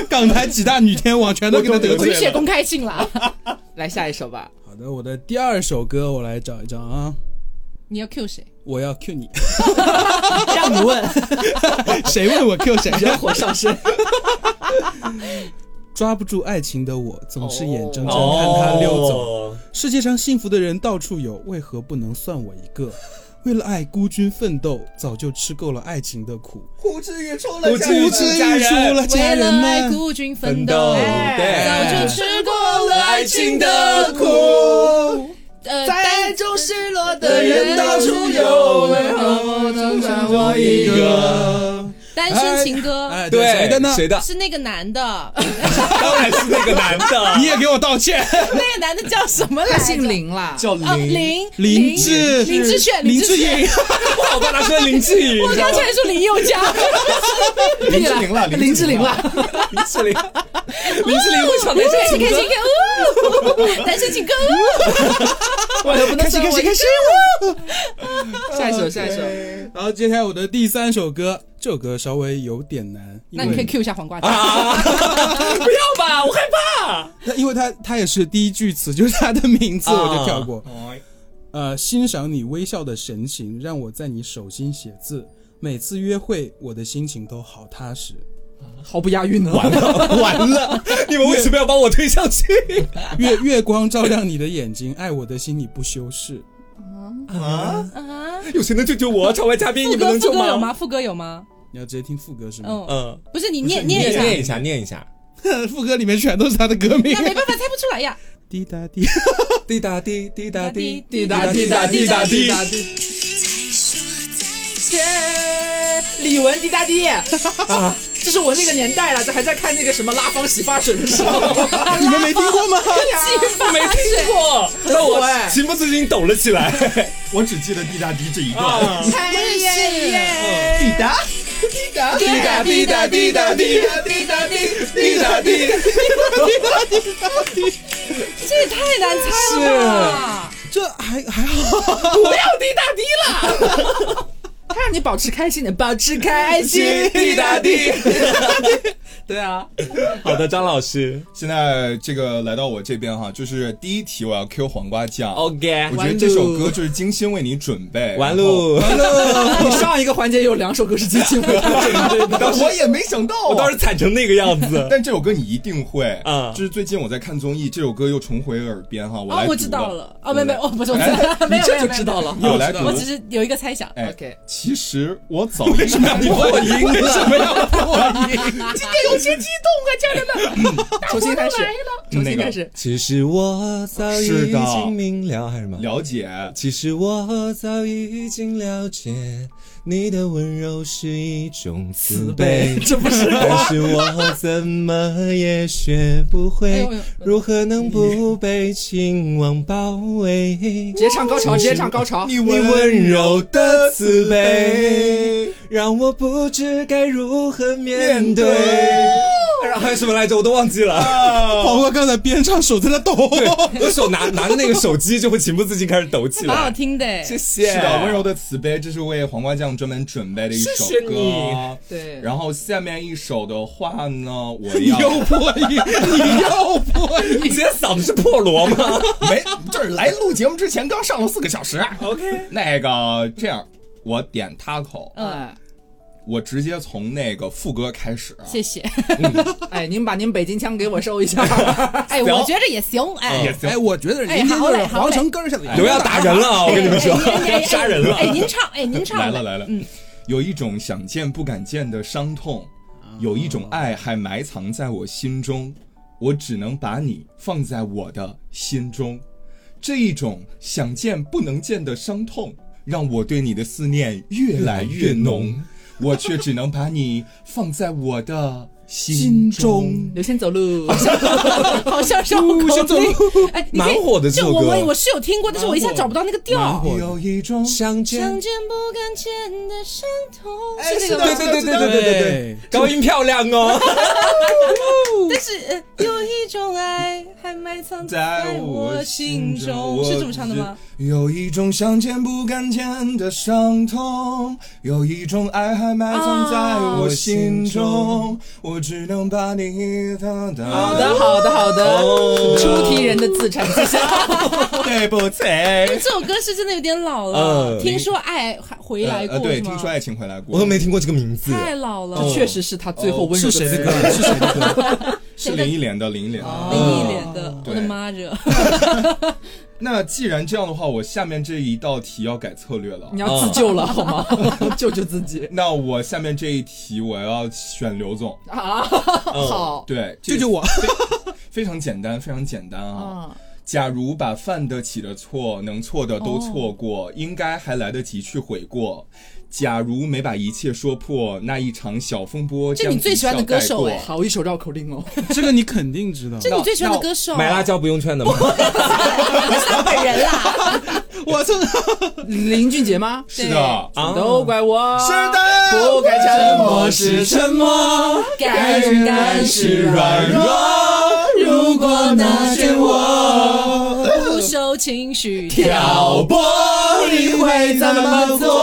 S5: 港台几大女天王全都给他得罪
S1: 回
S5: 了。
S1: 血公开信了，
S7: [laughs] 来下一首吧。
S5: 好的，我的第二首歌我来找一张啊，
S1: [laughs] 你要 Q 谁？
S5: 我要 Q 你， [laughs]
S7: 让你 [laughs] 问，
S5: 谁问我 Q 谁？啊
S7: 人火上 [laughs] 身。
S5: 抓不住爱情的我，总是眼睁睁看它溜走。
S2: 哦，
S5: 世界上幸福的人到处有，为何不能算我一个？为了爱孤军奋斗，早就吃够了爱情的苦，
S4: 呼之欲出
S2: 呼之
S5: 不
S2: 欲
S5: 知
S2: 出
S5: 欲出了家
S1: 为了
S5: 人
S1: 爱
S5: 们。
S1: 孤军奋
S2: 奋
S1: 斗哎
S2: 斗，，
S1: 早
S2: 对，
S1: 就吃过了爱情的苦。
S2: 苦，
S1: 呃，
S7: 在爱
S1: 但
S7: 中失落的
S1: 的
S7: 人
S1: 人
S7: 到
S1: 到
S7: 处
S1: 处
S7: 有，
S1: 有
S7: 为
S1: 为
S7: 何
S1: 何
S7: 不
S1: 不
S7: 能
S1: 能
S7: 算
S1: 算
S7: 我
S1: 我
S7: 一
S1: 一
S7: 个？
S1: 单身情歌
S5: 哎，对，
S2: 对
S5: 谁的呢？
S2: 谁的？
S1: 是那个男的，
S2: 当然是那个男 [laughs] 的。
S5: 你也给我道歉。
S1: [laughs]
S5: [laughs]
S1: 那个男的叫什么来
S7: 他
S1: 着？
S7: 姓林啦，
S4: 叫
S1: 哦，
S4: 林，
S1: 林
S5: 林志
S1: 林志炫，
S5: 林
S1: 志
S5: 志
S1: 炫。
S5: 颖，
S2: 我把他说林志颖，
S1: 我
S2: 你知道
S1: 刚
S2: 吗
S1: 才说林宥嘉，
S4: 林志玲了，
S7: 林志玲
S4: 了，
S7: 啦，
S2: 林志玲，
S7: [laughs]
S2: 林志玲会
S1: [laughs]
S2: 唱那
S1: 开心
S2: 首情
S1: 开心
S2: 歌，
S1: 开心，单身情歌，
S7: 为何不能算我一个？
S5: 始。
S7: 下一首，下一首。
S5: 然后接下来我的第三首歌，这首歌稍微有点难，因
S1: 那你可以
S5: 为
S1: Q 一下黄瓜酱。
S2: 啊！不要吧，我害怕。
S5: 它因为它它也是第一句词就是它的名字，
S2: 啊
S5: 我就跳过。
S4: 哦
S5: 呃，欣赏你微笑的神情，让我在你手心写字。每次约会，我的心情都好踏实。
S7: 毫不押韵
S2: [laughs]
S7: 呢。
S2: 完了完了，你们为什么要把我推上去？
S5: 月 [laughs] 月光照亮你的眼睛，爱我的心你不修饰。
S4: 啊，
S1: 啊，
S2: [laughs] 有谁能救救我？场外嘉宾，你
S1: 副
S2: 们
S1: 歌
S2: 能
S1: 副
S2: 救
S1: 歌有
S2: 吗？
S1: 吗？副歌有吗？
S5: 你要直接听副歌是吗？
S1: 嗯，
S2: 嗯，
S1: 不是你念念一下，
S2: 念一下，念一下。
S5: [laughs] 副歌里面全都是他的歌
S2: [laughs]
S5: 名
S1: 那。没办法猜不出来呀。
S5: 滴答滴，
S2: 滴答滴，滴答
S5: [laughs]
S2: 滴，
S1: 滴
S7: 答滴答滴答滴答滴。李玟滴答滴啊，这是我那个年代了，这还在看那个什么拉芳洗发水的时候，
S5: 你们没听过吗？
S2: 我没听过，
S1: [laughs]
S2: 那
S7: 火哎
S2: 我情不自禁抖了起来。
S4: 我只记得滴答滴这一段，
S1: 啊
S7: 哎耶耶！
S4: 滴答滴答滴答滴答滴答滴答滴答滴答滴，
S1: 这也太难猜了吧！啊
S5: 这还还好，
S7: 不要滴答滴了， [laughs] 他让你保持开心点，保持开心，
S2: 滴答滴。
S7: [laughs] 对啊，
S2: 好的，张老师
S4: 现在这个来到我这边哈，就是第一题我要 Q 黄瓜酱。
S7: 哦
S2: ，OK，
S4: 我觉得这首歌就是精心为你准备，
S2: 完。喽。
S7: [laughs] 你上一个环节有两首歌是激情
S4: [laughs]
S7: 的，
S1: 哦
S4: 但我也没想到，。
S2: 我当时惨成那个样子 [laughs]
S4: 但这首歌你一定会
S2: 嗯
S4: 就是最近我在看综艺，这首歌又重回耳边哈。我来
S1: 哦，
S4: 读
S1: 我知道了。哦，没
S4: 我
S1: 没，
S4: 来
S1: 哦，不是，我知道，没有，没有，没有，
S7: 了
S4: 我来读
S1: 我。只是有一个猜想。
S4: 哎
S7: OK
S4: 其实我早为什么要破音？
S2: 为什么要破音？
S1: 哎
S4: 今天有
S7: 些激动啊，家人们！重新开始，重新开始。
S2: 其实我早
S4: 是
S2: 已
S4: 的
S2: 经明了，还是什么？
S4: 了解，
S2: 其实我早已经了解，你的温柔是一种慈悲，这不是？但是我怎么也学不会，如何能不被情网包围？
S7: 直接唱高潮，直接唱高潮。
S2: 你温柔的慈悲，让我不知该如何面对。然后还有什么来着？我都忘记了。
S5: 宝哥刚才边唱手在那
S2: [laughs]
S5: 抖，
S2: 我手拿拿着那个手机，就会情不自禁开始抖起
S1: 蛮好
S2: 来。
S1: 听的哎，
S2: 啊谢 [laughs] 谢，
S4: 是的，温柔的慈悲，这是为黄瓜酱专门准备的一首歌。
S2: 谢谢你
S7: 对
S4: 然后下面一首的话呢，我
S5: 你
S4: 要
S2: [laughs]
S5: 又破音，你又破音。
S2: 你今天嗓子是破锣吗？
S4: 没，就是来录节目之前刚上了四个小时。OK，那个这样，我点 taco，
S7: 嗯，
S4: 我直接从那个副歌开始。啊
S1: 谢谢。
S7: 哎，您把您北京腔给我收一下。
S4: [laughs]
S1: 哎，我觉着也行，哎，
S4: 也行
S5: 哎，我觉得
S1: 哎
S5: 人家
S1: 好
S5: 就是
S1: 嘞好嘞
S5: 黄城根儿上的
S2: 刘要打人了啊！我跟你们说
S1: 哎哎哎，
S2: 杀人了
S1: 哎，。您唱，哎，您唱
S4: 来
S1: 吧，
S4: 了来了，有一种想见不敢见的伤痛，有一种爱还埋藏在我心中，我只能把你放在我的心中。这一种想见不能见的伤痛，让我对你的思念越来越浓，我却只能把你放在我的心中。
S7: 刘先走路，
S1: 好像绕口令。哎，你可以
S2: 蛮火的这
S1: 就
S2: 首
S1: 我我
S2: 歌
S1: 我是有听过，但是我一下找不到那个调。
S4: 有一种
S2: 相见
S1: 想，见不敢见的伤痛，
S4: 哎
S1: 是那个
S2: 对
S1: 吗？
S2: 对对对对对对对，高音漂亮哦。
S1: 但是呃有一种爱还埋藏
S4: 在
S1: 在
S4: 我
S1: 我
S4: 心
S1: 心
S4: 中
S1: 中，是这么唱的吗？？
S4: 有一种想见不敢见的伤痛，有一种爱还埋藏在我心
S1: 啊
S4: 中，我只能把你放到。
S7: 好的，好的，好
S4: 哦
S7: 的。出题人的自产自销。
S4: 对不起。
S1: 这首歌是真的有点老
S2: 嗯
S1: 了，听说爱还回来过
S4: 呃，对，
S1: 是
S4: 听
S1: 吗
S4: 说？爱情回来过，
S2: 我都没听过这个名字。
S1: 太老了，
S4: 哦
S7: 确实是他最后温柔
S5: 是
S7: 的
S5: 谁的
S7: 词
S4: 嗯
S5: 歌？是谁的歌？
S4: 是林忆莲的，林忆莲的。
S1: 林忆莲的，我的
S4: 对
S1: 妈着， [laughs]
S4: 那既然这样的话，我下面这一道题要改策略了
S7: 你。要自
S4: 哦
S7: 救了好吗？ [laughs] 救救自己
S4: 那我下面这一题我要选刘总，
S7: 啊！好
S4: 对，
S5: 救
S4: 这个
S5: 救我！
S4: 非常简单，非常简单啊。
S1: 嗯
S7: 啊，
S4: 假如把犯得起的错、能错的都错过，
S1: 哦
S4: 应该还来得及去悔过。假如没把一切说破，那一场小风波
S1: 这
S4: 将
S1: 你最
S4: 一
S1: 喜欢的
S4: 笑带
S1: 歌手
S4: 过
S1: 哎
S7: 好一首绕口令哦。
S5: [laughs] 这个你肯定知道。
S1: 这哎你最喜欢的
S4: 那
S1: 歌手？
S2: 买辣椒不用劝的吗？
S1: 本人啦，
S5: 我这
S7: 林俊杰吗？
S4: 是的，
S2: 啊
S7: 都怪我。是
S4: 的
S7: 不该沉默是
S5: 沉默，
S1: 该勇敢是软弱，
S5: 如
S1: 果那天
S5: 我
S1: [laughs] 不受情绪挑。
S5: 挑拨，你会怎么做？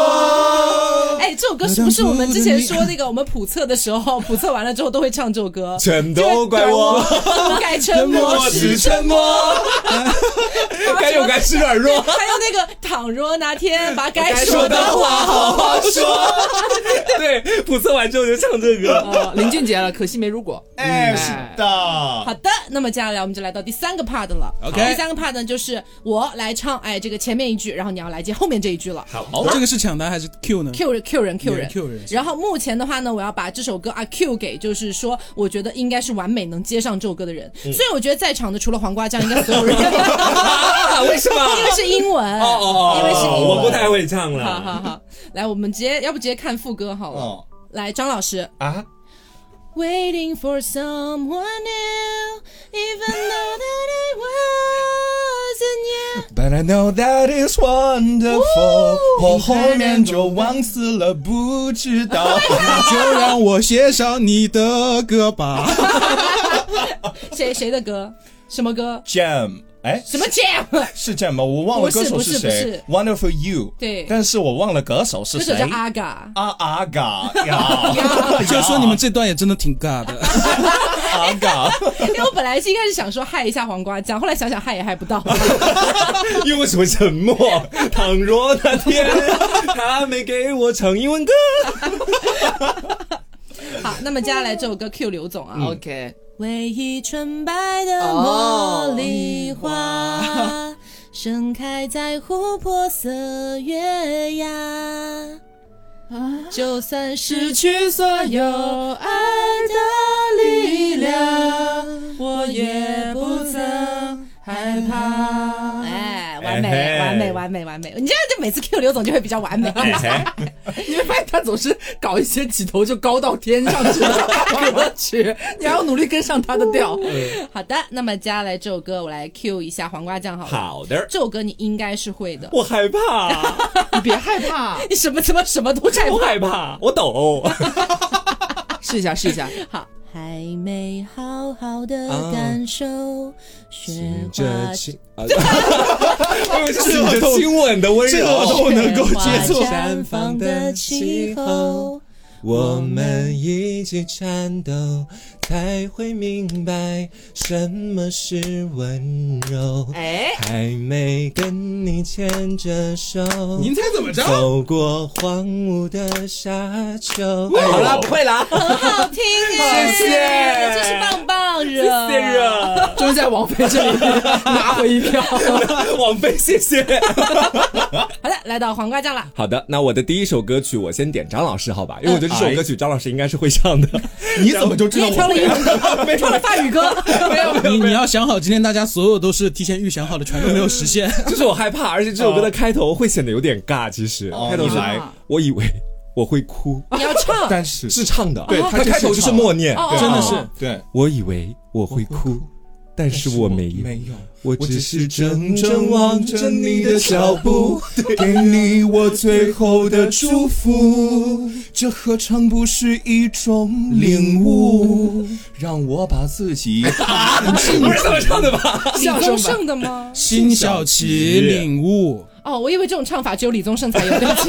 S1: 哎，这首歌是不是我们之前说那个我们普测的时 [laughs] 候，普测完了之后都会唱这首歌？
S2: 全都怪我，
S1: 不该沉默
S2: 我
S1: 是
S2: 是沉默，
S1: [laughs]
S2: 该勇敢是软弱。
S1: 还有那个倘若那天把该
S2: 说
S1: 说的
S2: 的话
S1: 话好
S2: 好好说。对，普测完之后就唱这个。
S7: 呃，林俊杰了，可惜没如果。
S4: 哎，是
S1: 好
S4: 的，
S1: 的，那么接下来我们就来到第三个 part 了。
S5: OK
S1: 第三个 part 呢，就是我来唱，哎，这个前面一句，然后你要来接后面这一句了。
S5: 这个是抢答还是 Q 呢
S1: Q 人 Q 人 Q 人
S5: 也 Q 人
S1: 然后目前的话呢，我要把这首歌啊 Q 给，就是说，我觉得应该是完美能接上这首歌的人。
S2: 嗯
S1: 所以我觉得在场的除了黄瓜酱，应该所有人，
S2: 啊 [laughs] 为什么？
S1: [laughs] 因为是英文，
S2: 哦哦哦，
S1: 因为是英文。
S2: 我不太会唱
S1: 好
S2: 了。
S1: 好好， [laughs] 来，我们直接，要不直接看副歌好了。
S4: 嗯
S1: 来，张老师
S4: 啊，
S1: ，Waiting for someone new, even though that I wasn't you。
S4: But I know that is wonderful，我后面就忘词了，不知
S1: [laughs]
S4: 道。
S5: 就让我写上你的歌吧。
S1: [laughs] 谁谁的歌？什么歌？
S4: Jam，哎，
S1: 什么 jam？
S4: 是 Jam 吗？我忘了歌手
S1: 不是不是
S4: 谁。Wonderful You，
S1: 对
S4: 但是我忘了歌手 [laughs] 是
S1: 歌手
S4: 谁
S1: 叫。阿
S4: [laughs]
S1: 嘎。
S4: 啊啊嘎呀！
S5: [laughs] 就说你们这段也真的挺尬
S2: [laughs]
S5: 的，
S4: 啊嘎，
S1: 因为我本来是一开始想说害一下黄瓜酱，后来想想害也害不到。 [laughs]
S2: 因为什么沉默？倘若那天他没给我唱英文歌，
S1: 好，那么接下来这首歌 Q 刘总
S4: 嗯
S1: 啊。
S7: OK，
S1: 为一纯白的茉莉花，盛开在琥珀色月牙。就算失
S7: 失
S1: 去
S7: 去所有爱的力量，我
S1: 也
S7: 也
S1: 不
S7: 不
S1: 曾
S7: 曾害怕。
S1: 哎，完美，
S2: 哎嘿哎
S1: 完美，完美，完美！你这样就每次 Q 刘总就会比较完美。
S7: 你会发现他总是搞一些起头就高到天上去
S4: [laughs]
S7: 的歌曲，你还要努力跟上他的调。
S1: [laughs] 好的，那么接下来这首歌我来 Q 一下黄瓜酱好了。，
S2: 好的，
S1: 这首歌你应该是会的。
S2: 我害怕，
S7: 你别害怕，
S1: 你什么怎么什么都害
S2: 我
S1: 怕？
S2: 害怕，我 [laughs] 抖。
S7: 试一下，试一下。
S1: 好，还没好好的感受雪花
S2: 亲，是着亲吻的温
S4: 这个
S2: 柔，
S4: 我能够接
S1: 雪
S4: 受
S1: 花。绽放的气候。
S2: 我们一起颤抖，才会明白什么是温柔。
S7: 哎，
S2: 还没跟你牵着手，
S4: 您猜怎么着？
S2: 走过荒芜的沙丘。
S4: 哇
S2: 好了，不会了，
S1: 很好听哎，
S2: [laughs] 谢谢
S1: 真是棒棒热，
S2: 谢谢 [laughs] 热，
S7: 终于在王菲这里拿回一
S1: [laughs]
S7: 票。
S2: 王菲，谢谢。
S1: 好的，来到黄瓜酱了，
S2: [laughs] 好的，那我的第一首歌曲我先点张老师，好吧？因为我觉得这首歌曲张老师应该是会唱 [laughs] 的。
S4: [laughs] 你怎么就知
S1: 你
S4: 道
S1: 也挑
S4: 我
S1: 了一首 [laughs] 歌，唱了法语歌， [laughs]
S5: 你你要想好，今天大家所有都是提前预想好的，全都没有
S1: [laughs]
S5: 实现。
S2: 就是我害怕，而且这首歌的开头会显得有点尬。其实、
S4: 哦
S2: 开头是
S4: 你来，
S2: 我以为我会哭，
S1: 你要唱，
S4: 但是
S2: 是唱的，
S4: 对
S2: 他
S4: 它就是
S2: 开头啊就是
S4: 唱的
S2: 默念，
S1: 哦
S2: 对
S5: 真的是，
S4: 对，
S2: 我以为我会哭，但是我没有，
S4: 有，
S2: 我只是怔怔望着你的脚步，
S4: 给你我最后的祝福。这何尝不是一种领悟？
S1: 嗯
S4: 让我把自
S1: [laughs]
S2: [laughs]
S4: 己
S2: 不是这么唱的吧？
S1: 李宗盛的吗？
S5: 辛晓琪领悟，
S1: 哦，我以为这种唱法只有李宗盛才有，对不 [laughs] 起。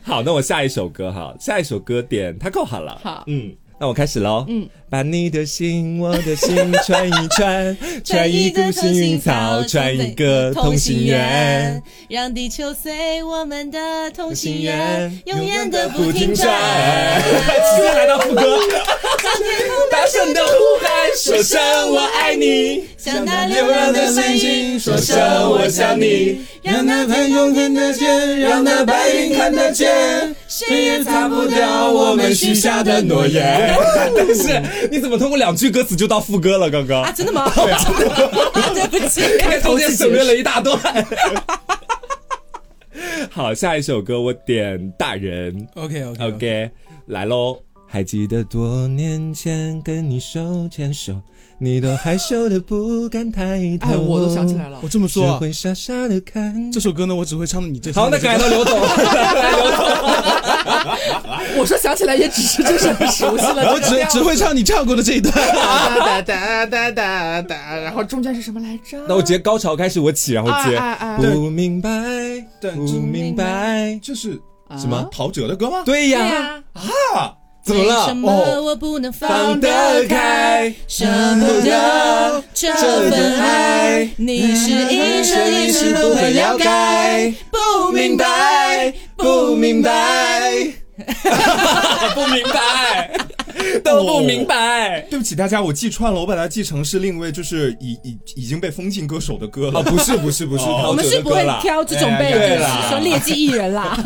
S2: [laughs] 好，那我下一首歌哈，下一首歌点他够好了，
S1: 好
S2: 嗯。那我开始喽，嗯，把你的心，我的心穿一 [laughs] 穿，穿一股幸运草，穿一个同心圆，，
S1: 让地球随我们的同
S2: 心
S1: 心
S2: 圆
S1: 圆
S2: 永
S1: 永
S2: 远
S1: 远
S2: 的
S1: 的
S2: 不
S1: 不
S2: 停
S1: 停
S2: [laughs] 站。
S1: 站。
S2: 直接来到副歌，大声的呼喊，说声我爱 [laughs] 你，
S1: 向那
S2: 流
S1: 流
S2: 浪
S1: 浪
S2: 的
S1: 的
S2: 心
S1: 心
S2: 情
S1: 情
S2: 说
S1: 说
S2: 声
S1: 声
S2: 我
S1: 我
S2: 想
S1: 想
S2: 你
S1: 你，
S5: 让
S1: 让
S5: 那
S1: 那
S5: 太
S1: 太
S5: 空
S1: 空看
S5: 看得
S1: 得
S5: 见，
S1: 见，
S5: 让
S1: 让
S5: 那
S1: 那
S5: 白
S1: 白
S5: 云
S1: 云
S5: 看
S1: 看
S5: 得
S1: 得
S5: 见
S1: 见，，
S5: 谁
S1: 谁
S5: 也
S1: 也
S5: 擦
S1: 擦
S5: 不
S1: 不
S5: 掉
S1: 掉
S5: 我
S1: 我
S5: 们
S1: 们
S5: 许
S1: 许
S5: 下
S1: 下
S5: 的
S1: 的
S5: 诺
S1: 诺
S5: 言
S1: 言。
S2: 但是 [laughs] 你怎么通过两句歌词就到副歌了？刚刚
S1: 啊，真的
S2: [laughs]
S1: 吗？对不起，
S2: 开头就省略了一大段。 [laughs] 好，下一首歌我点大人
S5: OK OK
S2: ，OK，来喽。还记得多年前跟你手牵手，你都害羞的不敢抬头。
S7: 哎，我都想起来了
S5: 我。这么
S2: 只
S5: 说啊，
S2: 会傻傻的看。
S5: 这首歌呢，我只会唱你这。
S2: [laughs] 好，那改到刘 [laughs] 总，来刘总。
S7: 我说想起来也只是就是很熟悉了。
S5: 我只只会唱你唱过的这一段。
S7: 哒哒哒哒哒哒，然后中间是什么来着？
S2: 那我直接高潮开始，我起，然后接。
S7: 哎哎哎
S2: 不明白，
S4: 对
S2: 不明白，
S4: 这是
S7: 啊
S2: 什么？
S4: 陶喆的歌吗？
S1: 对
S2: 对呀，
S1: 呀，
S2: 怎么
S1: 为什
S2: 了？哦
S1: 么我不能
S2: 放
S1: 放
S2: 得
S1: 得
S2: 开
S1: 开？，舍不得这份爱，你是一生一世不会了解，不明白，不明白。，
S2: [laughs] 不明白， [laughs] 都不明白。
S4: 对不起大家，我记串了，我把它记成是另一位就是已已已经被封禁歌手的歌了。
S2: 哦，不是，不是，不是，
S4: 哦
S1: 我
S2: 陶
S1: 们
S2: 喆
S1: 是
S2: 的
S1: 不
S2: 歌
S1: 会
S2: 啦。
S1: 挑这种被，
S4: 哎
S1: 就
S4: 对啦
S1: 是说劣迹艺人 [laughs] 啦。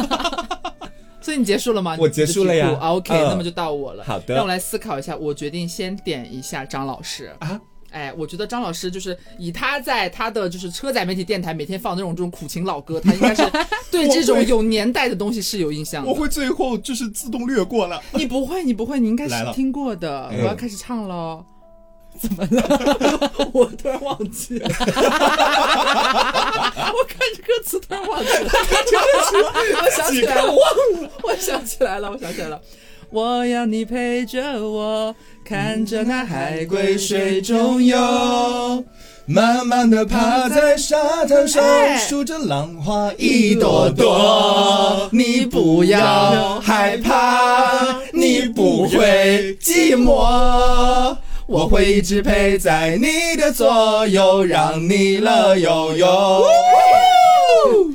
S7: 所以你结束了吗？
S2: 我结束了呀
S7: 你的题库啊 OK，、
S2: 嗯
S7: 那么就到我了。
S2: 好的
S7: 让我来思考一下。我决定先点一下张老师
S4: 啊。
S7: 哎，我觉得张老师就是以他在他的就是车载媒体电台每天放那种这种苦情老歌，他应该
S4: [laughs]
S7: 是对这种有年代的东西是有印象
S4: 我
S7: 的。
S4: 会最后就是自动略过了。
S7: 你不会，你不会，你应该
S4: 来了
S7: 是听过的。
S4: 哎
S7: 我要开始唱了哦，怎么了？我 [laughs] 突然忘记了， [laughs] 我看着歌词突然忘记了， [laughs] 我想起来了，忘了，我想起来了，我想起来了。我要你陪着我，看着那海龟水中游。，
S4: 慢慢的
S7: 趴在
S4: 沙滩
S7: 上哎数
S4: 着浪花
S7: 一朵朵你不要害怕你不会寂
S4: 寞，
S7: 我会一直陪
S4: 在你的左右，让你乐悠悠。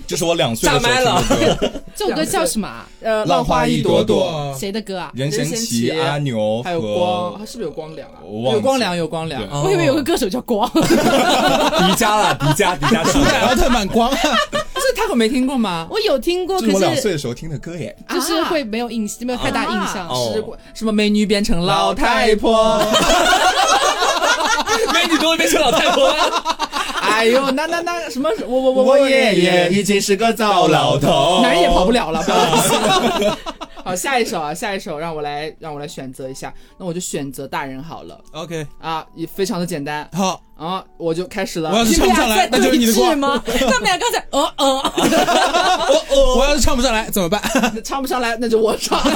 S4: 这是我两岁的时候听的歌，
S1: 这首歌叫什么啊？
S7: 呃，
S4: 浪花一朵朵，
S1: 谁的歌啊？
S4: 任贤
S7: 任贤
S4: 齐、
S7: 齐
S4: 阿牛
S7: 还有
S4: 和
S7: 光，它是不是有光良啊？
S4: 我忘记
S7: 有光良，有光良。
S4: 对
S1: 我以为有个歌手叫光，
S2: 迪迦啦，迪迦，迪迦出
S5: 奥特曼光，
S7: 就是他大伙没听过吗？
S1: [laughs] 我啊有听过，
S4: 这是我
S1: 可
S4: 两
S1: 是
S4: 岁的时候听的歌耶。
S1: 就是会没有印，没有太大印象。
S2: 哦
S7: 吃过什么美女变成老太婆？
S4: 婆，
S2: 美女都会变成老太婆了。
S7: 哎呦，那那那什么，我我我
S4: 我
S7: 也
S4: 爷爷已经是个糟老
S5: 哦
S4: 头，
S7: 哪儿也跑不了了，不要担心。
S5: [laughs]
S7: [laughs] 好，下一首啊，下一首，让我来，让我来选择一下。那我就选择大人好了
S5: [laughs] OK，
S7: 啊，也非常的简单
S5: 好，
S7: 啊，我就开始了。啊
S5: 我要是唱不上来，那就是你的锅。
S1: 吗？
S5: [laughs]
S1: 他们俩刚才呃呃，
S5: 我要是唱不上来怎么办？
S7: 唱不上来，那就我唱。 [laughs]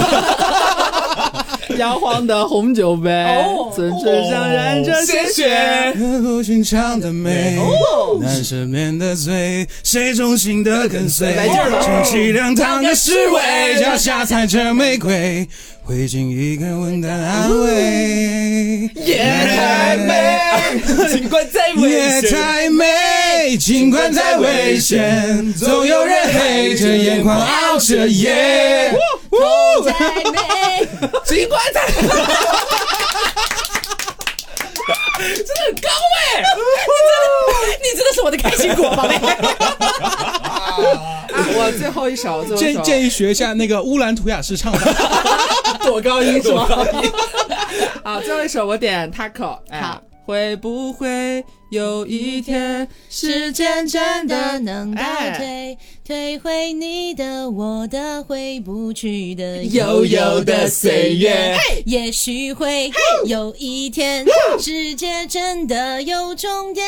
S7: 摇晃的红酒杯
S1: 哦，
S7: 存纸上染着鲜血。
S5: 刻骨寻常的美，
S7: 哦
S5: 难赦免的罪，谁忠心的跟随？
S7: 来劲儿了
S5: 充其量当个侍卫，脚下踩着玫瑰，会尽一个吻的安慰。
S7: 夜太 [laughs] 美，
S2: 尽管再
S5: 夜
S2: 危险，
S5: 太美，尽管再危险，总有人黑着眼眶熬着夜。
S1: 太美，
S7: 尽管再
S1: 你真的是我的开心果，宝贝。
S7: 啊，我最后一首，最后一
S5: 建
S7: 首，
S5: 建议学一下那个乌兰图雅式唱法， [laughs]
S7: 躲高音是吗？好，最后一首我点 Taco。哎
S1: 好，
S7: 会不会有一天
S1: 时间真的能倒
S7: 哎
S1: 退，退回你的、我的、回不去的
S7: 悠悠的岁月？
S1: 也许会有一天，世界真的有终点，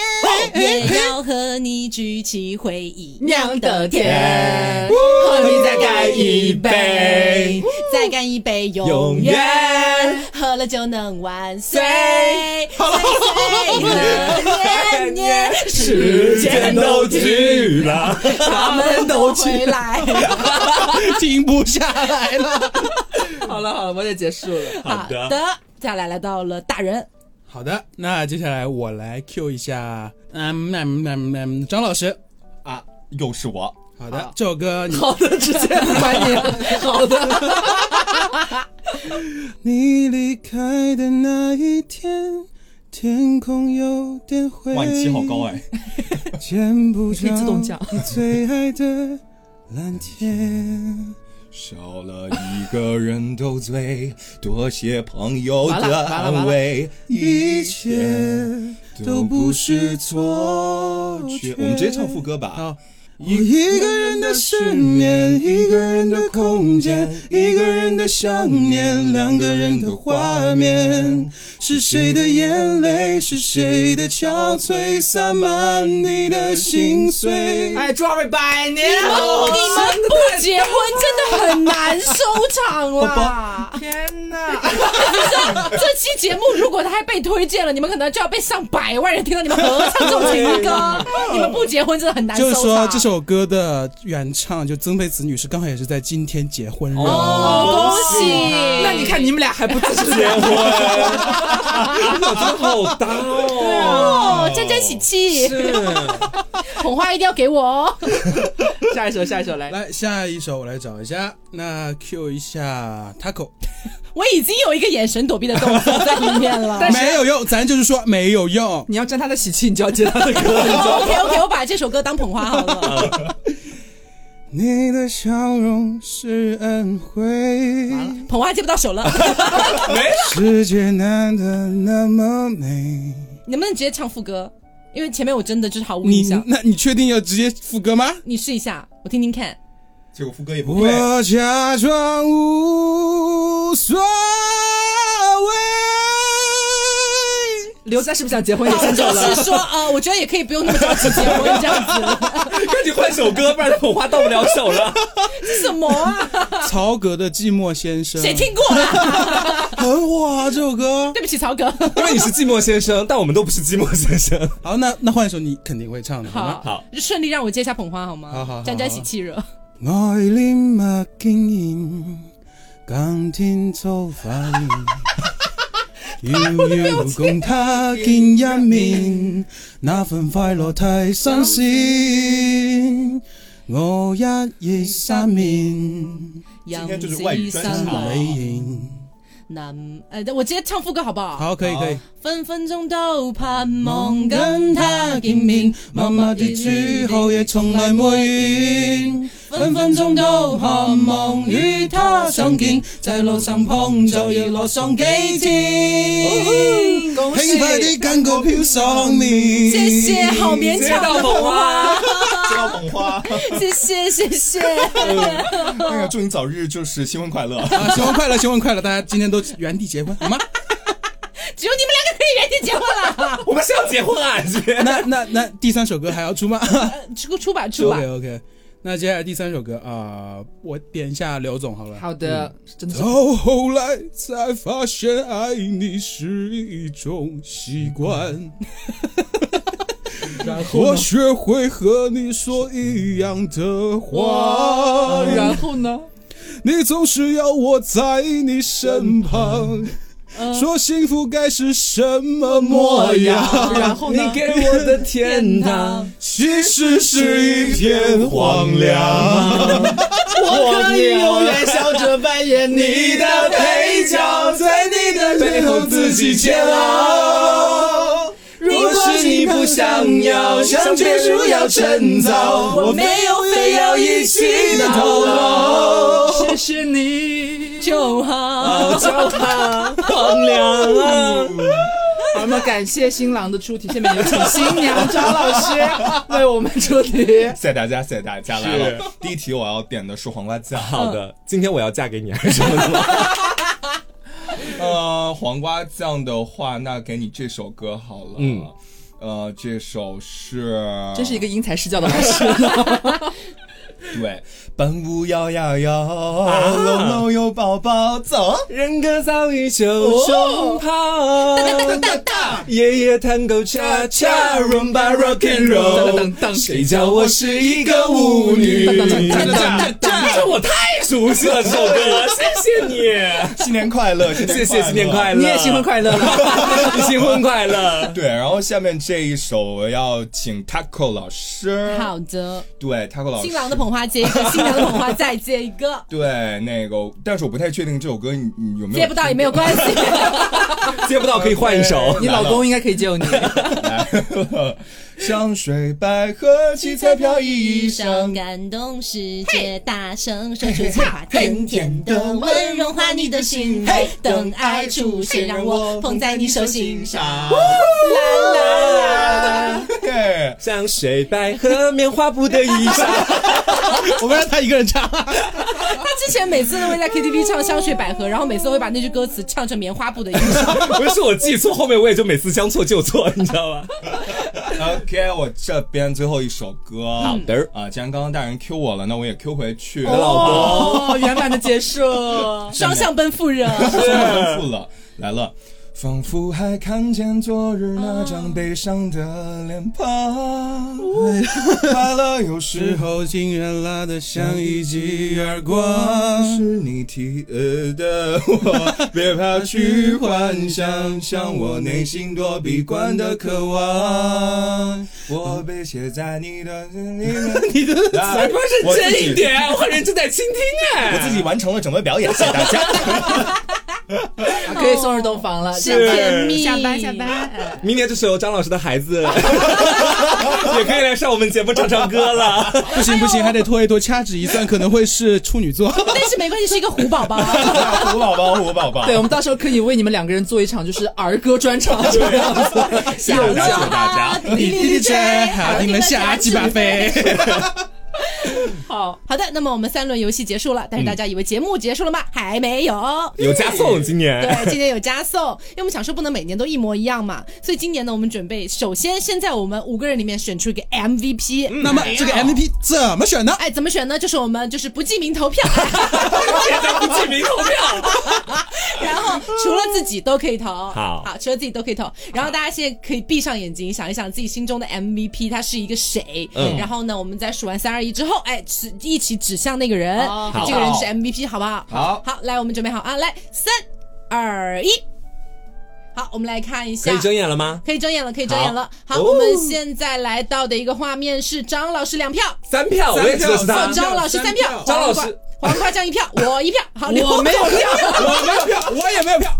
S1: 也要和你举起回忆
S7: 酿的
S1: 哎
S7: 甜，和你再干一杯，，
S1: 再干一杯，永
S2: 永
S1: 远
S2: 远
S1: 喝了就能万岁，岁
S7: 岁
S1: 岁年年，
S2: 时间都去了。
S1: 他们都回来。
S5: 停不下来了。
S7: [laughs] 好了好了，我得结束了。
S2: 好的
S1: 再来来到了大人，
S5: 好的，那接下来我来 Q 一下，嗯嗯嗯嗯，张老师，
S4: 啊，又是我。
S5: 好的，
S7: 好
S5: 这首歌你
S7: 好的，直接不管你了。好的，
S5: 你离开的那一天，天空有点灰，
S4: 哇，你起好高哎！
S5: 见不着
S7: 你可以自动降
S5: 你最爱的蓝天。
S4: 少了一个人都醉，多些朋友
S7: 完
S4: 的
S7: 了完了完了
S4: 安慰，
S5: 一
S4: 一
S5: 切
S4: 切
S5: 都不是错觉。
S4: 我们直接唱副歌吧。
S5: 好。我一个人的失眠，一个人的空间，一个人的想念，两个人的画面。是谁的眼泪，是谁的憔悴，洒满你的心碎。
S7: 哎，祝二位百年
S5: 哦
S7: 好合。
S1: 不结婚真的很难收场
S5: [laughs]
S1: [laughs]
S5: 哦
S1: 啦！
S7: 天哪！
S1: 这期节目如果他还被推荐了，你们可能就要被上百万人听到你们合唱这种情
S5: [laughs]
S1: 歌。你们不结婚真的很难收
S5: 就
S1: 场。
S5: 是说，这首歌的原唱就曾沛慈女士，刚好也是在今天结婚日。
S1: 哦，恭喜！
S7: 那你看你们俩还不自
S2: 结
S7: 觉？
S2: 婚，我真的好搭哦。
S1: 哦，沾沾喜气， [laughs] 捧花一定要给我哦。
S7: 下一首，下一首来。
S5: 来，下一首我来找一下，那 Q 一下 Taco，
S1: 我已经有一个眼神躲避的动作在里面
S5: [laughs]
S1: 了。
S5: 没有用，咱就是说没有用。
S7: 你要沾他的喜气，你就要接他的歌。
S1: OK OK，我把这首歌当捧花好了。
S5: 你的笑容是恩惠，
S1: 捧花接不到手了，
S5: 世界难得那么美。
S1: 能不能直接唱副歌？因为前面我真的就是毫无
S5: 你
S1: 印象。
S5: 嗯那你确定要直接副歌吗？
S1: 你试一下，我听听看。
S4: 结果副歌也不会。
S5: 我假装无所
S1: [laughs]
S5: 谓。
S7: 刘三是不是想结婚也
S1: 我
S7: 先走
S1: 就
S7: 了？
S1: 是说，呃，我觉得也可以不用那么着急结婚这样子。
S2: 赶紧换首歌，不然捧花到不了手了。
S1: 这什么啊？
S5: 曹格的《寂寞先生》
S1: [laughs] 谁听过啊？
S5: 很火啊，这首歌。
S1: 对不起，曹哥。
S2: 因为你是寂寞先生，但我们都不是寂寞先
S4: [laughs]
S2: 生。
S5: 好，那那换一首你肯定会唱的，好吗？
S1: 好，顺利让我接一下捧花好吗？
S5: 好好好
S1: 沾沾喜气热。
S5: 愛念墨經染，更添粗 [laughs] 粉。遙遙共他見一面，那份快樂太新鮮。我一熱三面，
S1: 今
S4: 天就是外语专场
S5: 美然
S1: 南，呃，我直接唱副歌好不好？
S5: 好，可以可以。
S1: 分分钟都盼望跟他见面，默默地
S5: 之
S1: 之
S5: 後
S1: 后
S5: 也
S1: 也
S5: 從
S1: 從
S5: 來
S1: 來
S5: 沒
S1: 沒
S5: 怨
S1: 怨。分分鐘都盼望與他相見，在路上碰就要落上幾
S5: 哦
S1: 天。
S7: 恭喜
S5: 輕快啲跟個飄上面。
S1: 谢谢，好勉
S7: 接
S1: 强
S7: 到
S1: 的
S7: 萌啊！
S4: 知道猛花，
S1: [laughs] 谢谢谢谢。
S4: 那哎个祝你早日就是新婚快乐。
S5: 啊，新婚快乐，新婚快乐！大家今天都原地结婚好吗？
S1: 只有你们两个可以原地结婚了。
S2: 我们是要结婚啊，姐。
S5: [laughs] 那那那第三首歌还要 [laughs] 出吗
S1: 呃 [laughs] 出出吧出吧
S5: ？OK，OK，那接下来第三首歌啊、我点一下刘总好了。
S7: 好的，真的是
S5: 到后来才发现，爱你是一种习惯。
S3: 然
S5: 我学会和你说一样的话，
S7: 哦然后呢？
S5: 你总是要我在你身旁，说幸福该是什么模样？
S7: 哦然后呢？
S2: 给我的天堂，
S5: 其实是一片荒凉。
S7: [laughs] 我可以永远笑着扮演
S5: 你的配角在你的背后自己煎熬。
S1: 如
S5: 若是你不想要，想结束要趁早，我没有非要一起到老。
S7: 谢谢你。
S1: 就好。
S2: 荒凉啊！
S7: 好，那么感谢新郎的出题，下面有请新娘张老师为我们出题。
S4: 谢谢大家，谢谢大家来了。第一题我要点的是黄瓜酱，
S2: 好的，今天我要嫁给你还啊是什么的 [laughs] 吗？
S4: 呃，黄瓜酱的话，那给你这首歌好了。
S2: 嗯
S4: 呃，这首是，
S7: 真是一个因材施教的老师。
S4: 对，伴舞摇呀摇，
S2: 啊
S4: 搂搂有抱抱，走。
S2: 人哥早已九重跑，夜夜探戈恰恰，rumba rock and
S7: 噔
S2: roll。
S7: 噔噔，
S2: 谁叫我是一个舞女？这我太熟悉了，这首歌，谢谢你，
S4: 新年快
S2: [laughs]
S4: 乐，新年
S2: 谢谢新年快乐，
S7: 你也新婚快乐了。
S2: 乐，新婚快乐。
S4: 对，然后下面这一首我要请 Taco 老师。
S1: 好，的，
S4: 对 Taco 老师，
S1: 新郎的捧花接一个，新娘的捧花再接一个，
S4: 对，那个，但是我不太确定这首歌你你有没有
S1: 接不到也没有关系。
S2: 接不到可以换一首。
S7: 你老公应该可以救你。
S4: 系。香水百合，七彩飘逸衣裳。
S1: 感动世界，大声说出情话，甜甜的吻融化你的心
S4: 嘿
S1: 扉。等爱出现，让我捧在你手心上。
S4: [laughs] 对，
S2: 像水百合棉花布的衣 [laughs] 裳，
S5: 我们让他一个人唱，
S1: 他之前每次都会在 KTV 唱《香水百合》，然后每次都会把那句歌词唱成棉花布的衣裳。
S2: 不是我记错，后面我也就每次将错就错，你知道吧？
S4: OK，我这边最后一首歌。好
S2: [laughs] 的
S4: 啊，既然刚刚大人 Q 我了，那我也 Q 回去。
S2: 我老公。
S7: 哦，圆满的结 [laughs] 束。
S1: 双向奔赴热，
S4: 丰富了，来了。仿佛还看见昨日那张悲伤的脸庞，
S1: 哦
S4: 快乐有时
S5: 之
S4: 候
S5: 后竟然拉得像一记耳光。
S4: 是你提呃的我， [laughs] 别怕去幻想，向我内心躲避惯的渴望。我被写在你的你的你的，来
S2: 不是这一点，啊我很认真在倾听哎。
S4: 我自己完成了整个表演，谢谢大 [laughs] 家。
S7: 啊可以送入洞房了，下 [laughs]
S1: 甜蜜。
S7: 班下班下班。哎
S2: 明年就是由张老师的孩 [laughs] 子，也可以来上我们节目唱唱歌了。
S5: 不行不行，还得拖一拖，掐指一算可能会是处女座。
S1: 但是没关系，是一个虎宝宝。
S4: 虎宝宝，虎宝宝，
S7: 对，我们到时候可以为你们两个人做一场就是儿歌专场，这样 [laughs] 子。
S1: 小
S4: 谢谢大家
S1: 哈，
S5: 滴滴滴真好，你们下鸡巴飞。
S7: 好，
S1: 好的，那么我们三轮游戏结束了，但是大家以为节目结束了吗？还没有。
S2: 有加送今年，
S1: 对，今年有加送，因为我们想说不能每年都一模一样嘛，所以今年呢，我们准备首先先在我们五个人里面选出一个 MVP。
S5: 那么这个 MVP 怎么选呢？
S1: 哎，怎么选呢？就是我们就是不记名投票，
S2: [laughs] 现在不记名投票。
S1: 然后除了自己都可以投。
S2: 好
S1: 除了自己都可以投。然后大家现在可以闭上眼睛，想一想自己心中的 MVP 他是一个谁。
S2: 嗯
S1: 然后呢，我们在数完三二一之后，哎，指一起指向那个人，
S7: 哦
S1: 这个人是 MVP，好不好？
S4: 好
S1: 好，来，我们准备好啊，来，三二一。好，我们来看一下。
S2: 可以睁眼了吗？
S1: 可以睁眼了，可以睁眼了。好，
S2: 哦
S1: 我们现在来到的一个画面是张老师两票，
S2: 三票，我也记得是
S1: 哦
S2: 他。
S1: 张老师三票，
S2: 张老师
S1: 黄瓜黄瓜酱一票，我一票，好，
S3: 我
S1: [laughs]
S3: 没有票，
S5: 我没有票，我也没有票。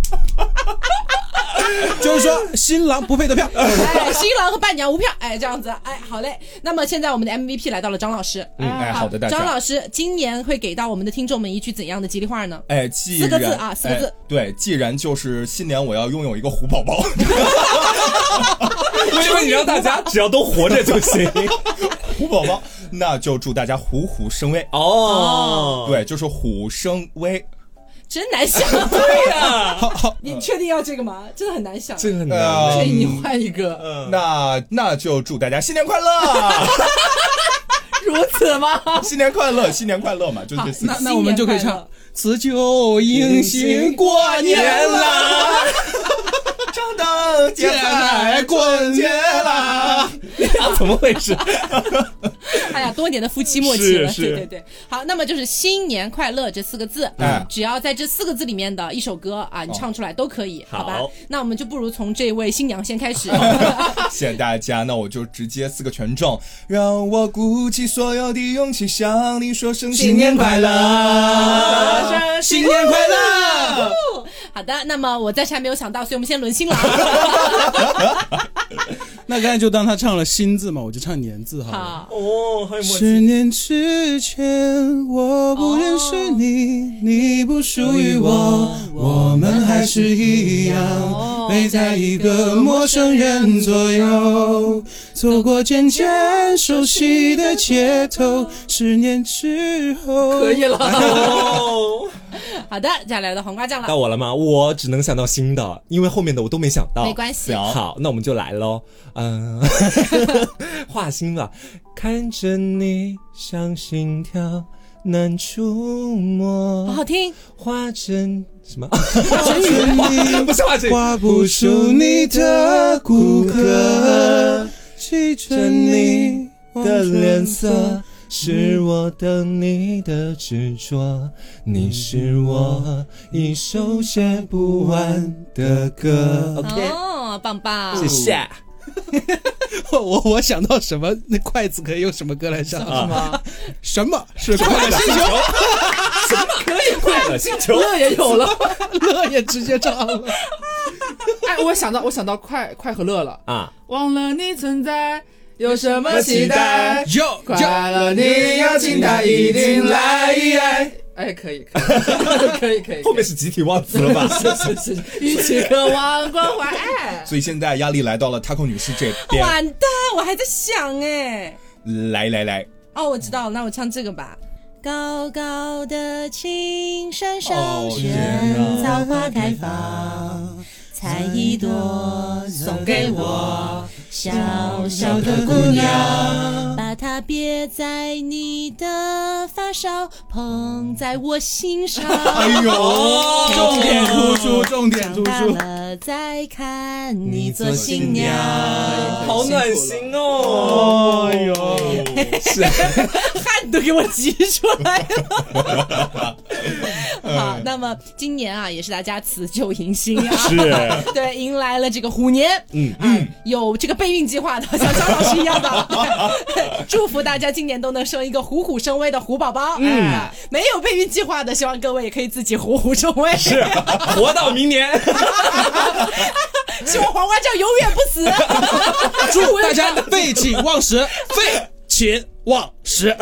S5: 就是说，新郎不配得票。
S1: 哎，新郎和伴娘无票，哎，这样子，哎，好嘞。那么现在我们的 MVP 来到了张老师，
S4: 嗯，哎，好的，大
S1: 啊张
S4: 家。
S1: 老师今年会给到我们的听众们一句怎样的吉利话呢？
S4: 哎，既
S1: 四
S4: 然
S1: 个字啊四个字
S4: 哎对，既然就是新年我要拥有一个虎宝宝， [laughs]
S2: 我以为你让大家只要都活着就 [laughs] 行。
S4: 虎宝宝，那就祝大家虎虎生威。
S2: 哦，
S4: 对，就是虎生威。
S1: 真难想，啊
S2: 对呀，
S1: 你确定要这个吗？真的很难想。
S2: 这个很难。
S4: 呃
S7: 建哎议你换一个，
S4: 嗯那那就祝大家新年快乐，
S7: 如此吗？
S4: 新年快乐，新年快乐嘛，就是这四个
S5: 那
S1: 好
S4: 字。
S5: 那我们就可以
S1: 新年快
S5: 唱
S1: 乐
S5: “辞旧迎新过年啦
S4: 张灯结彩过节啦！
S2: 怎么回事？
S1: [laughs] 哎呀，多年的夫妻默契了，
S2: 是是
S1: 对对对。好，那么就是“新年快乐”这四个字，
S4: 哎
S1: 只要在这四个字里面的一首歌啊，你唱出来都可以，好吧
S2: 好？
S1: 那我们就不如从这位新娘先开始。
S4: 谢谢大家，那我就直接四个全中，让我鼓起所有的勇气向你说声新年快乐。！”
S5: 新年快乐！
S1: [laughs] 好的，那么我暂时还没有想到，所以我们先轮新郎。 [laughs]
S5: 那刚才就当他唱了“新”字嘛，我就唱“年”字好了。
S1: 好，
S2: [laughs] 哦，很有默
S5: 十
S2: 契。
S5: 年之前，我不认识你，你不属于我，我们还是一
S7: 哦
S5: 样，陪在一个陌生人左右，走过渐渐熟悉的街头。十年之后，
S7: 可以了，
S2: 哦，
S1: 好的，接下来的黄瓜酱
S2: 到
S1: 了，
S2: 我了吗？我只能想到新的，因为后面的我都没想到。
S1: 没关系。
S4: 行，
S2: 好，那我们就来喽。 [laughs] 嗯，画心吧，看着你像心跳难触
S1: 好
S2: 摸，
S1: 好听，
S2: 画成什么？
S5: 你
S2: 不是画成
S5: 画不出你的骨骼，记着你
S2: 的脸色。是我等你的执着，你是我一首写不完的歌。
S1: 哦，棒棒，
S2: 谢谢。
S5: 我我我想到什么？那筷子可以用什么歌来唱？
S2: 什
S5: 么？什么是快乐星球？
S2: 快乐星球，
S7: 乐也有了。
S5: 乐也直接唱了。
S7: 哎，我想到，我想到快快和乐了，
S2: 啊，
S7: 忘了你存在有什么期待？
S5: 哟
S7: 快乐你要请他一定来！哎，可以，可以，可以，可以。
S2: 后面是集体忘词了吧？
S7: 是是是，一起渴望关怀。哎，
S4: 所以现在压力来到了 Taco 女士这边，
S1: 完蛋，我还在想哎。
S4: 来来来，
S1: 哦，我知道了，那我唱这个吧。高高的青山上
S4: 天
S1: 悬，
S4: 哪
S1: 造花开放，采一朵送给我小小的姑娘，把它别在你的发梢，捧在我心上。
S4: 哎呦，
S5: 重点突出，重点突
S1: 大
S5: 出。
S1: 了再看你做新 [laughs] 娘，
S2: 好暖心哦！哎呦，是
S1: 汗都给我急出来了。好，那么今年啊，也是大家辞旧迎新啊，
S2: 是
S1: [laughs] 对，迎来了这个虎年，嗯嗯，有这个备孕计划的，像张老师一样的， [laughs] 祝福大家今年都能生一个虎虎生威的虎宝宝。嗯，没有备孕计划的，希望各位也可以自己虎虎生威。
S2: 是，活到明年。
S1: [laughs] 希望黄瓜酱永远不死。
S5: 祝大家废寝忘食，废寝忘食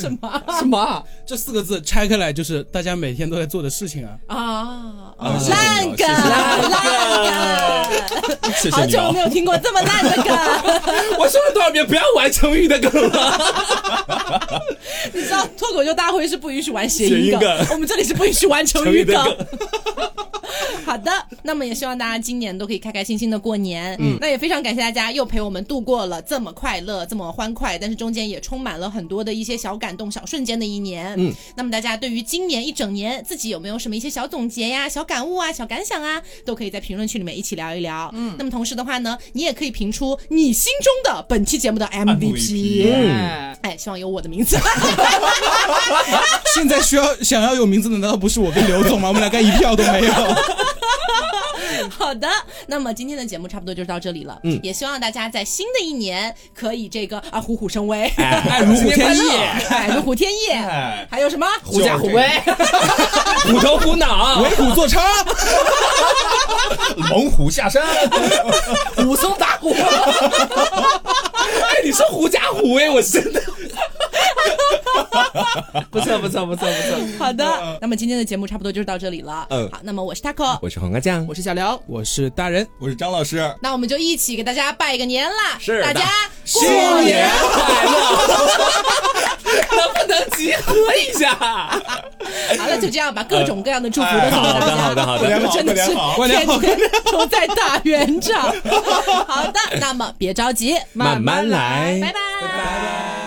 S1: 什么
S7: 什么？
S5: 这四个字拆开来就是大家每天都在做的事情啊。
S1: [laughs] 啊？
S4: 啊谢谢
S1: 烂
S4: 你
S1: 梗，烂梗。
S4: 谢谢
S1: 好
S4: 你
S1: 久
S4: 啊
S1: 没，有听过这么烂的梗，
S2: 我说了多少遍不要玩成语的梗了？ [laughs]
S1: 你知道脱口秀大会是不允许玩谐音
S2: 谐音梗
S1: 我们这里是不允许玩成语
S2: 成语
S1: 梗。 [laughs] 好的，那么也希望大家今年都可以开开心心的过年。嗯，那也非常感谢大家又陪我们度过了这么快乐、这么欢快，但是中间也充满了很多的一些小感动、小瞬间的一年。嗯，那么大家对于今年一整年自己有没有什么一些小总结呀、小感悟啊、小感想啊，都可以在评论区里面一起聊一聊。嗯，那么同时的话呢，你也可以评出你心中的本期节目的 MVP。
S7: 嗯，
S1: 哎，希望有我的名字。
S5: 现在需要想要有名字的，难道不是我跟刘总吗？我们俩该一票都没有。
S1: 好的，那么今天的节目差不多就到这里了。
S2: 嗯
S1: 也希望大家在新的一年可以这个啊虎虎生威，
S2: 哎，
S3: 如虎添翼，
S1: 哎，如虎添翼。
S4: 哎，
S1: 还有什么？
S7: 狐假虎
S2: [laughs]
S7: 威，
S2: 虎
S7: [laughs]
S2: 头虎
S7: 啊
S2: 脑，
S5: 为虎作伥。
S4: 猛虎下山，
S7: 武松打虎，
S2: 哎，你说狐假虎威，我真的
S7: [laughs] 不错不错不错不错。
S1: 好的，那么今天的节目差不多就到这里了。
S2: 嗯
S1: 好，那么我是 taco，
S2: 我是黄瓜酱
S7: 我，是小刘，
S5: 我是大人，
S4: 我是张老师，
S1: 那我们就一起给大家拜个年啦！
S2: 是的
S1: 大家
S2: 新年快乐， [laughs]
S7: 能不能集合一下？
S1: 好了，就这样吧，各种各样的祝福都给
S4: 哎
S2: 好
S1: 大
S2: 的
S1: 家。
S2: 好的好
S4: 过
S2: 的
S4: 年，好，
S1: 真
S4: 过
S1: 的是
S4: 年好，
S1: 天天都在打 [laughs] 圆场。好的，那么别着急，
S2: 慢慢来，
S1: 拜拜
S2: 拜拜。